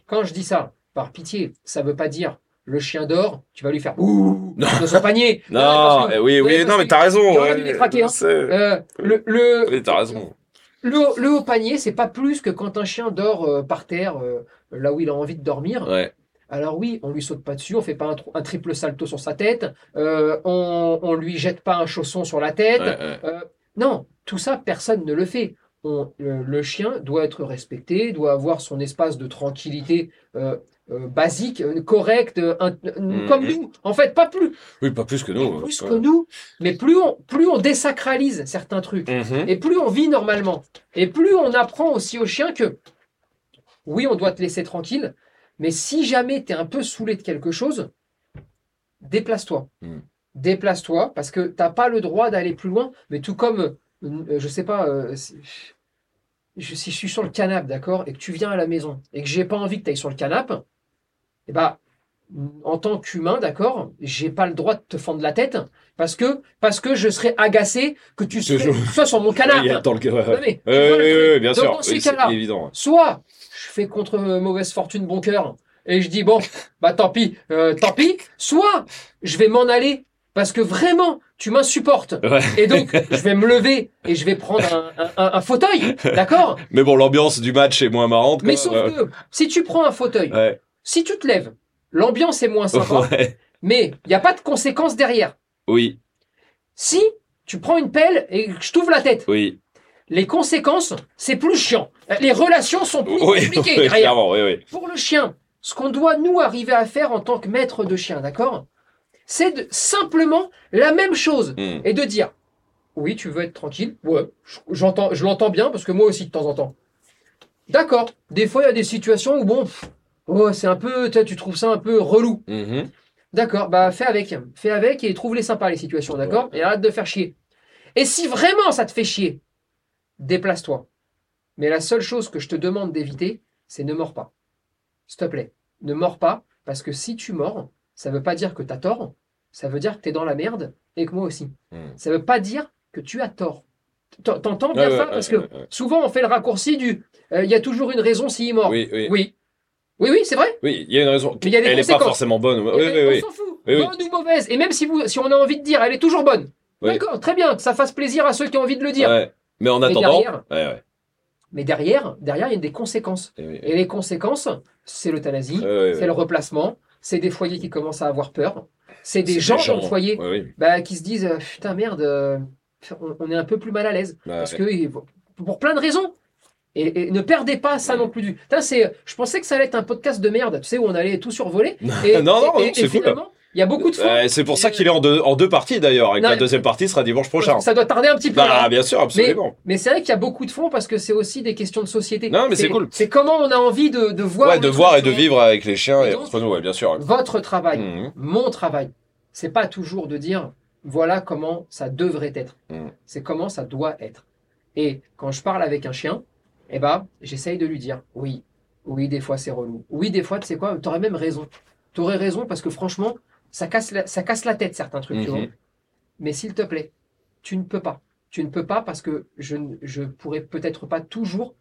Speaker 2: quand je dis ça, par pitié, ça veut pas dire le chien dort, tu vas lui faire ouh
Speaker 1: Non.
Speaker 2: dans son panier.
Speaker 1: Non,
Speaker 2: parce que-
Speaker 1: eh oui, oui,
Speaker 2: ouais,
Speaker 1: non,
Speaker 2: parce
Speaker 1: mais
Speaker 2: que
Speaker 1: t'as raison.
Speaker 2: j'aurais dû les traquer, hein.
Speaker 1: c'est-
Speaker 2: euh, le, le,
Speaker 1: Oui, t'as raison.
Speaker 2: Le, haut- le haut panier, c'est pas plus que quand un chien dort euh, par terre, euh, là où il a envie de dormir.
Speaker 1: Ouais.
Speaker 2: Alors oui, on lui saute pas dessus, on fait pas un, tr- un triple salto sur sa tête, euh, on, on lui jette pas un chausson sur la tête.
Speaker 1: ouais, ouais.
Speaker 2: Euh, non, tout ça, personne ne le fait. On- le, le chien doit être respecté, doit avoir son espace de tranquillité euh, euh, basique, euh, correct, euh, un-
Speaker 1: Mhm.
Speaker 2: comme nous. En fait, pas plus,
Speaker 1: Oui, pas plus que
Speaker 2: pas
Speaker 1: nous.
Speaker 2: plus
Speaker 1: ouais.
Speaker 2: que nous, mais plus on, plus on désacralise certains trucs.
Speaker 1: Mhm.
Speaker 2: Et plus on vit normalement, et plus on apprend aussi aux chiens que oui, on doit te laisser tranquille, mais si jamais tu es un peu saoulé de quelque chose, déplace-toi.
Speaker 1: Mm.
Speaker 2: Déplace-toi parce que t'as pas le droit d'aller plus loin, mais tout comme, euh, je sais pas, euh, si, je, si je suis sur le canapé, d'accord, et que tu viens à la maison, et que j'ai pas envie que tu ailles sur le canapé, et bah, en tant qu'humain, d'accord, j'ai pas le droit de te fendre la tête parce que, parce que je serais agacé que tu
Speaker 1: Ce
Speaker 2: sois,
Speaker 1: jour.
Speaker 2: sois sur mon
Speaker 1: Oui,
Speaker 2: canapé.
Speaker 1: attends, le gars.
Speaker 2: Non,
Speaker 1: ouais.
Speaker 2: mais tu
Speaker 1: Ouais, ouais,
Speaker 2: vois le truc.
Speaker 1: ouais, ouais, bien
Speaker 2: Donc,
Speaker 1: sûr.
Speaker 2: dans ces
Speaker 1: Oui, c'est
Speaker 2: cas-là,
Speaker 1: évident.
Speaker 2: Soit je fais contre euh, mauvaise fortune bon cœur et je dis bon, bah tant pis, euh, tant pis. Soit je vais m'en aller parce que vraiment tu m'insupportes.
Speaker 1: Ouais.
Speaker 2: Et donc je vais me lever et je vais prendre un, un- un- un fauteuil, d'accord
Speaker 1: Mais bon, l'ambiance du match est moins marrante.
Speaker 2: Mais
Speaker 1: quoi.
Speaker 2: sauf que si tu prends un fauteuil,
Speaker 1: Ouais.
Speaker 2: si tu te lèves, l'ambiance est moins sympa,
Speaker 1: Ouais.
Speaker 2: mais il n'y a pas de conséquences derrière.
Speaker 1: Oui,
Speaker 2: Si tu prends une pelle et que je t'ouvre la tête,
Speaker 1: oui.
Speaker 2: les conséquences, c'est plus chiant. Les relations sont plus
Speaker 1: Oui,
Speaker 2: compliquées
Speaker 1: oui,
Speaker 2: derrière.
Speaker 1: clairement, oui, oui.
Speaker 2: pour le chien, ce qu'on doit nous arriver à faire en tant que maître de chien, d'accord C'est de simplement la même chose
Speaker 1: Hmm.
Speaker 2: et de dire oui, tu veux être tranquille. Ouais, j- j'entends, je l'entends bien parce que moi aussi de temps en temps. D'accord. Des fois, il y a des situations où bon, pff, oh, c'est un peu, tu sais, tu trouves ça un peu relou.
Speaker 1: Mhm.
Speaker 2: D'accord. Bah, fais avec, fais avec et trouve les sympas les situations, d'accord Et arrête de faire chier. Et si vraiment ça te fait chier, déplace-toi. Mais la seule chose que je te demande d'éviter, c'est ne mords pas. S'il te plaît, ne mords pas, parce que si tu mords, ça ne veut pas dire que tu as tort, ça veut dire que tu es dans la merde et que moi aussi.
Speaker 1: Mm.
Speaker 2: Ça ne veut pas dire que tu as tort. T'en- T'entends bien
Speaker 1: Ouais,
Speaker 2: ça
Speaker 1: ouais,
Speaker 2: Parce
Speaker 1: ouais,
Speaker 2: que
Speaker 1: ouais, ouais.
Speaker 2: souvent, on fait le raccourci du euh, il y a toujours une raison s'il mord.
Speaker 1: Oui, oui.
Speaker 2: oui. Oui, oui, c'est vrai.
Speaker 1: Oui, il y a une raison.
Speaker 2: Mais il y a des
Speaker 1: Elle n'est pas
Speaker 2: conséquences.
Speaker 1: forcément bonne. Oui,
Speaker 2: Eh
Speaker 1: oui,
Speaker 2: ben,
Speaker 1: oui.
Speaker 2: On s'en fout.
Speaker 1: Oui, oui.
Speaker 2: Bonne ou mauvaise. Et même si, vous, si on a envie de dire, elle est toujours bonne.
Speaker 1: Oui.
Speaker 2: D'accord, très bien. Que ça fasse plaisir à ceux qui ont envie de le dire.
Speaker 1: Ouais. Mais en
Speaker 2: Mais
Speaker 1: attendant.
Speaker 2: derrière-
Speaker 1: Ouais, ouais.
Speaker 2: Mais derrière, derrière, il y a des conséquences.
Speaker 1: Eh oui.
Speaker 2: Et les conséquences, c'est l'euthanasie,
Speaker 1: Ouais, ouais,
Speaker 2: c'est
Speaker 1: ouais.
Speaker 2: le replacement, c'est des foyers qui commencent à avoir peur, c'est
Speaker 1: C'est
Speaker 2: des gens dans le
Speaker 1: gens.
Speaker 2: foyer
Speaker 1: Ouais, oui.
Speaker 2: bah, qui se disent euh, putain merde, euh, on, on est un peu plus mal à l'aise
Speaker 1: Bah,
Speaker 2: parce
Speaker 1: ouais.
Speaker 2: que ils- pour plein de raisons. Et, et ne perdez pas ça non plus du. Putain, c'est, je pensais que ça allait être un podcast de merde, tu sais où on allait tout survoler. Et,
Speaker 1: Non, non, non,
Speaker 2: et- et
Speaker 1: c'est cool.
Speaker 2: finalement, Il y a beaucoup de fois.
Speaker 1: Euh, c'est pour ça qu'il est en deux, en deux parties d'ailleurs, et que
Speaker 2: Non,
Speaker 1: la
Speaker 2: mais-
Speaker 1: deuxième partie sera dimanche prochain.
Speaker 2: Ça doit tarder un petit peu.
Speaker 1: Bah
Speaker 2: hein.
Speaker 1: bien sûr, absolument.
Speaker 2: Mais c'est vrai qu'il y a beaucoup de fonds parce que c'est aussi des questions de société.
Speaker 1: Non, mais c'est cool.
Speaker 2: C'est comment on a envie de, de voir.
Speaker 1: ouais, de
Speaker 2: notre
Speaker 1: voir et de
Speaker 2: travail.
Speaker 1: vivre avec les chiens
Speaker 2: Et
Speaker 1: et
Speaker 2: donc-
Speaker 1: entre nous, ouais, bien sûr.
Speaker 2: Votre travail,
Speaker 1: Mhm.
Speaker 2: mon travail. C'est pas toujours de dire voilà comment ça devrait être.
Speaker 1: Mm.
Speaker 2: C'est comment ça doit être. Et quand je parle avec un chien, eh ben, j'essaye de lui dire oui, oui, des fois c'est relou. Oui, des fois, tu sais quoi, t'aurais même raison. T'aurais raison parce que franchement, ça casse la, ça casse la tête certains trucs, tu
Speaker 1: Mhm.
Speaker 2: vois. Mais s'il te plaît, tu ne peux pas. Tu ne peux pas parce que je ne je pourrais peut-être pas toujours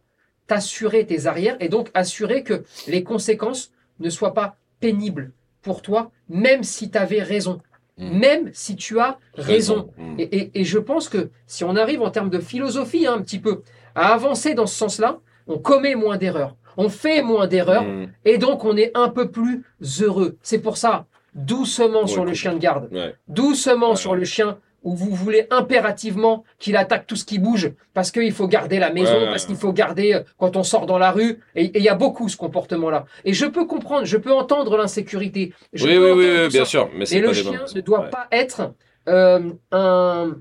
Speaker 2: t'assurer tes arrières et donc assurer que les conséquences ne soient pas pénibles pour toi, même si tu avais raison,
Speaker 1: Mhm.
Speaker 2: même si tu as raison.
Speaker 1: Mhm.
Speaker 2: Et, et- et je pense que si on arrive en termes de philosophie hein, un petit peu à avancer dans ce sens-là, on commet moins d'erreurs, on fait moins d'erreurs
Speaker 1: Mhm.
Speaker 2: et donc on est un peu plus heureux. C'est pour ça, doucement
Speaker 1: Ouais,
Speaker 2: sur le
Speaker 1: cool.
Speaker 2: chien de garde,
Speaker 1: Ouais.
Speaker 2: doucement
Speaker 1: Ouais.
Speaker 2: sur le chien où vous voulez impérativement qu'il attaque tout ce qui bouge parce qu'il faut garder la maison,
Speaker 1: Ouais.
Speaker 2: parce qu'il faut garder euh, quand on sort dans la rue. Et et il y a beaucoup ce comportement-là. Et je peux comprendre, je peux entendre l'insécurité. je
Speaker 1: Oui,
Speaker 2: peux
Speaker 1: oui, oui,
Speaker 2: entendre
Speaker 1: oui,
Speaker 2: tout
Speaker 1: bien
Speaker 2: ça.
Speaker 1: sûr. Mais
Speaker 2: Et
Speaker 1: c'est
Speaker 2: le
Speaker 1: pas des
Speaker 2: chien
Speaker 1: bonnes-
Speaker 2: ne doit
Speaker 1: Ouais.
Speaker 2: pas être euh, un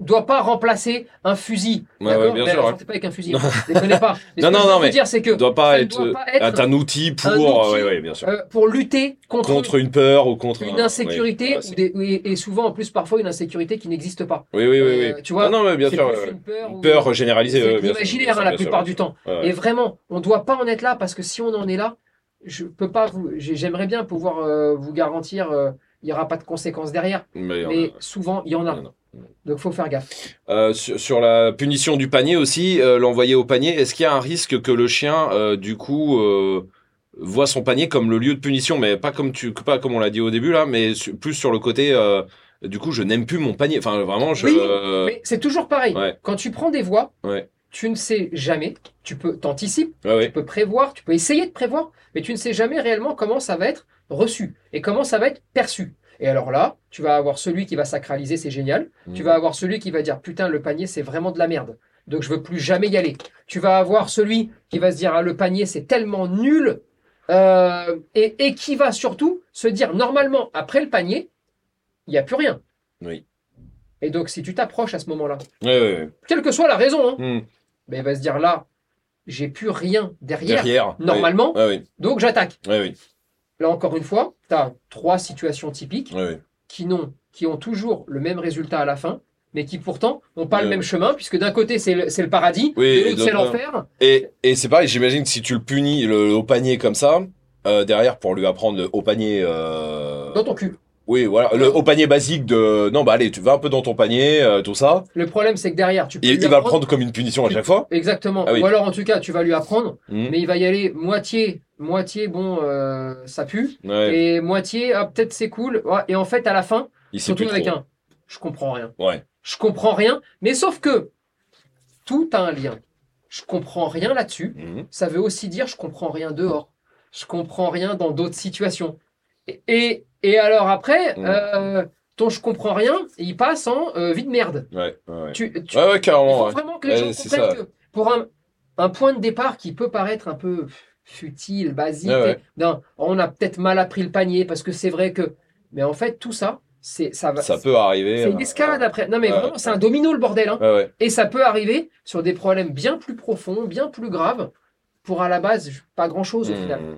Speaker 2: doit pas remplacer un fusil.
Speaker 1: Ouais,
Speaker 2: d'accord
Speaker 1: ouais, bien sûr,
Speaker 2: Mais alors,
Speaker 1: ouais.
Speaker 2: sortez pas avec un fusil. Je déconnais pas. Mais ce
Speaker 1: Non,
Speaker 2: que
Speaker 1: non,
Speaker 2: je veux
Speaker 1: non, mais
Speaker 2: dire c'est que
Speaker 1: Ça doit pas
Speaker 2: ça ne
Speaker 1: être,
Speaker 2: doit pas
Speaker 1: être
Speaker 2: être
Speaker 1: un outil pour,
Speaker 2: outil,
Speaker 1: ouais, ouais, bien sûr.
Speaker 2: euh, pour lutter contre,
Speaker 1: contre une peur ou contre
Speaker 2: une
Speaker 1: un-
Speaker 2: insécurité
Speaker 1: ouais,
Speaker 2: ou
Speaker 1: c'est-
Speaker 2: des- ou- et- et souvent en plus parfois une insécurité qui n'existe pas.
Speaker 1: Oui, oui, oui, oui.
Speaker 2: Euh, tu vois,
Speaker 1: non, non, mais bien
Speaker 2: C'est
Speaker 1: sûr.
Speaker 2: plus
Speaker 1: ouais,
Speaker 2: une peur,
Speaker 1: Une
Speaker 2: ou-
Speaker 1: peur généralisée.
Speaker 2: c'est
Speaker 1: ouais,
Speaker 2: de
Speaker 1: bien sûr, bien
Speaker 2: l'imaginaire
Speaker 1: sûr,
Speaker 2: hein, la
Speaker 1: bien sûr,
Speaker 2: plupart
Speaker 1: bien
Speaker 2: du temps.
Speaker 1: sûr. Ouais,
Speaker 2: Et
Speaker 1: ouais.
Speaker 2: vraiment, on ne doit pas en être là parce que si on en est là, je peux pas vous, j'ai- j'aimerais bien pouvoir euh, vous garantir, euh, il y n'y aura pas de conséquences derrière,
Speaker 1: Mais,
Speaker 2: mais souvent il y en
Speaker 1: euh,
Speaker 2: a. Donc faut faire gaffe.
Speaker 1: Euh, sur, sur la punition du panier aussi, euh, l'envoyer au panier, est-ce qu'il y a un risque que le chien, euh, du coup, euh, voit son panier comme le lieu de punition, mais pas comme tu, pas comme on l'a dit au début là, mais su- plus sur le côté, euh, du coup, je n'aime plus mon panier. Enfin, vraiment, je.
Speaker 2: Oui,
Speaker 1: euh,
Speaker 2: Mais c'est toujours pareil.
Speaker 1: Ouais.
Speaker 2: Quand tu prends des voies,
Speaker 1: Ouais.
Speaker 2: tu ne sais jamais. Tu peux t'anticiper,
Speaker 1: ouais, ouais.
Speaker 2: tu peux prévoir, tu peux essayer de prévoir, mais tu ne sais jamais réellement comment ça va être reçu et comment ça va être perçu. Et alors là, tu vas avoir celui qui va sacraliser, c'est génial. Tu vas avoir celui qui va dire putain le panier c'est vraiment de la merde. Donc je veux plus jamais y aller. Tu vas avoir celui qui va se dire ah, le panier c'est tellement nul Euh, et, et qui va surtout se dire normalement après le panier il n'y a plus rien.
Speaker 1: Oui.
Speaker 2: Et donc si tu t'approches à ce moment-là,
Speaker 1: Ouais, ouais, ouais.
Speaker 2: quelle que soit la raison, hein,
Speaker 1: Mhm.
Speaker 2: mais il va se dire là j'ai plus rien derrière,
Speaker 1: Derrière.
Speaker 2: normalement
Speaker 1: Ouais, ouais,
Speaker 2: donc j'attaque.
Speaker 1: ouais, ouais,
Speaker 2: Là encore une fois tu as trois situations typiques
Speaker 1: ouais, ouais.
Speaker 2: qui n'ont, qui ont toujours le même résultat à la fin, mais qui pourtant n'ont pas
Speaker 1: Ouais.
Speaker 2: le même chemin, puisque d'un côté c'est le, c'est le paradis,
Speaker 1: Euh. Oui,
Speaker 2: de
Speaker 1: et
Speaker 2: l'autre c'est
Speaker 1: d'autre-
Speaker 2: l'enfer.
Speaker 1: Et, et c'est pareil, j'imagine que si tu le punis le, au panier comme ça, euh, derrière pour lui apprendre le, au panier. Euh...
Speaker 2: Dans ton cul.
Speaker 1: Oui, voilà, le, au panier basique de. Non, bah allez, tu vas un peu dans ton panier, euh, tout ça.
Speaker 2: Le problème c'est que derrière tu peux
Speaker 1: Il,
Speaker 2: lui
Speaker 1: il va le
Speaker 2: apprendre-
Speaker 1: prendre comme une punition à chaque fois.
Speaker 2: Exactement.
Speaker 1: Ah oui.
Speaker 2: Ou alors en tout cas tu vas lui apprendre,
Speaker 1: Mhm.
Speaker 2: mais il va y aller moitié, moitié bon euh, ça pue,
Speaker 1: Ouais,
Speaker 2: et moitié ah, peut-être c'est cool. Ouais, Et en fait à la fin,
Speaker 1: il sait
Speaker 2: surtout
Speaker 1: plus
Speaker 2: avec
Speaker 1: trop.
Speaker 2: un, je comprends rien.
Speaker 1: Ouais.
Speaker 2: Je comprends rien, mais sauf que tout a un lien. Je comprends rien là-dessus.
Speaker 1: Mhm.
Speaker 2: ça veut aussi dire je comprends rien dehors, je comprends rien dans d'autres situations. Et, et, et alors après,
Speaker 1: Mm.
Speaker 2: euh, ton je comprends rien, il passe en euh, vie de merde.
Speaker 1: Ouais, ouais.
Speaker 2: Tu, tu-
Speaker 1: Ouais, ouais,
Speaker 2: il faut
Speaker 1: carrément. ouais.
Speaker 2: vraiment que les
Speaker 1: Ouais,
Speaker 2: gens
Speaker 1: c'est
Speaker 2: comprennent
Speaker 1: ça.
Speaker 2: que pour un, un point de départ qui peut paraître un peu futile, basique,
Speaker 1: Ouais, ouais.
Speaker 2: d'un, oh, on a peut-être mal appris le panier parce que c'est vrai que. Mais en fait, tout ça, c'est ça va.
Speaker 1: Ça peut arriver.
Speaker 2: c'est
Speaker 1: euh,
Speaker 2: une escalade après. Non, mais
Speaker 1: Ouais,
Speaker 2: vraiment,
Speaker 1: ouais.
Speaker 2: c'est un domino le bordel. hein.
Speaker 1: Ouais, ouais.
Speaker 2: Et ça peut arriver sur des problèmes bien plus profonds, bien plus graves, pour à la base pas grand-chose au final.
Speaker 1: Mhm.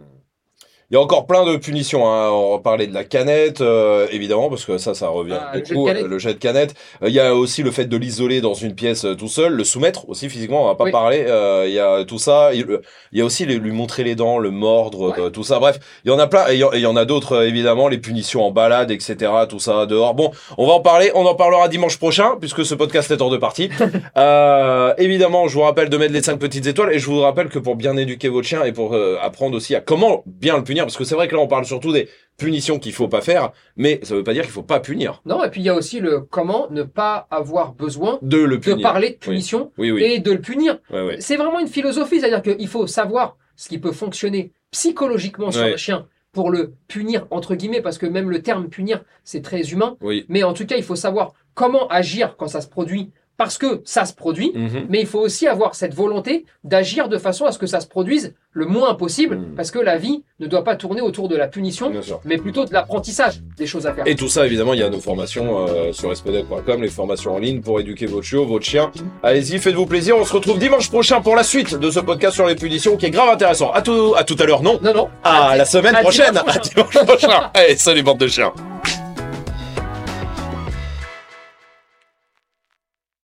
Speaker 1: Il y a encore plein de punitions. Hein. On reparlait de la canette, euh, évidemment, parce que ça, ça revient
Speaker 2: Ah, le jet de
Speaker 1: beaucoup.
Speaker 2: canette.
Speaker 1: euh, Le jet de canette. Euh, Il y a aussi le fait de l'isoler dans une pièce euh, tout seul, le soumettre aussi physiquement. On va pas
Speaker 2: Oui.
Speaker 1: parler. euh, Il y a tout ça. Il, euh, il y a aussi les- lui montrer les dents, le mordre,
Speaker 2: Ouais.
Speaker 1: euh, tout ça. Bref, il y en a plein. Et il y en- et il y en a d'autres, euh, évidemment, les punitions en balade, etc. Tout ça dehors. Bon, on va en parler, on en parlera dimanche prochain, puisque ce podcast est en deux parties. Euh, évidemment, je vous rappelle de mettre les 5 petites étoiles, et je vous rappelle que pour bien éduquer votre chien, et pour euh, apprendre aussi à comment bien le punir, parce que c'est vrai que là, on parle surtout des punitions qu'il faut pas faire, mais ça veut pas dire qu'il faut pas punir.
Speaker 2: Non, et puis il y a aussi le comment ne pas avoir besoin
Speaker 1: De le
Speaker 2: de
Speaker 1: punir.
Speaker 2: parler de punition
Speaker 1: Oui, oui,
Speaker 2: et de le punir.
Speaker 1: ouais, ouais.
Speaker 2: C'est vraiment une philosophie, c'est-à-dire qu'il faut savoir ce qui peut fonctionner psychologiquement sur
Speaker 1: Ouais.
Speaker 2: un chien pour le punir, entre guillemets, parce que même le terme punir, c'est très humain.
Speaker 1: oui.
Speaker 2: Mais en tout cas, il faut savoir comment agir quand ça se produit parce que ça se produit,
Speaker 1: Mhm.
Speaker 2: mais il faut aussi avoir cette volonté d'agir de façon à ce que ça se produise le moins possible,
Speaker 1: Mhm.
Speaker 2: parce que la vie ne doit pas tourner autour de la punition,
Speaker 1: Bien sûr.
Speaker 2: mais plutôt de l'apprentissage des choses à faire.
Speaker 1: Hmm. Et tout ça, évidemment, il y a nos formations euh, sur espodog.com, les formations en ligne pour éduquer votre chiot, votre chien. Allez-y, faites-vous plaisir. On se retrouve dimanche prochain pour la suite de ce podcast sur les punitions qui est grave intéressant. À tout, à tout à l'heure, non
Speaker 2: Non, non.
Speaker 1: À la semaine
Speaker 2: à
Speaker 1: prochaine.
Speaker 2: dimanche
Speaker 1: À dimanche prochain. Allez, salut, bande de chiens.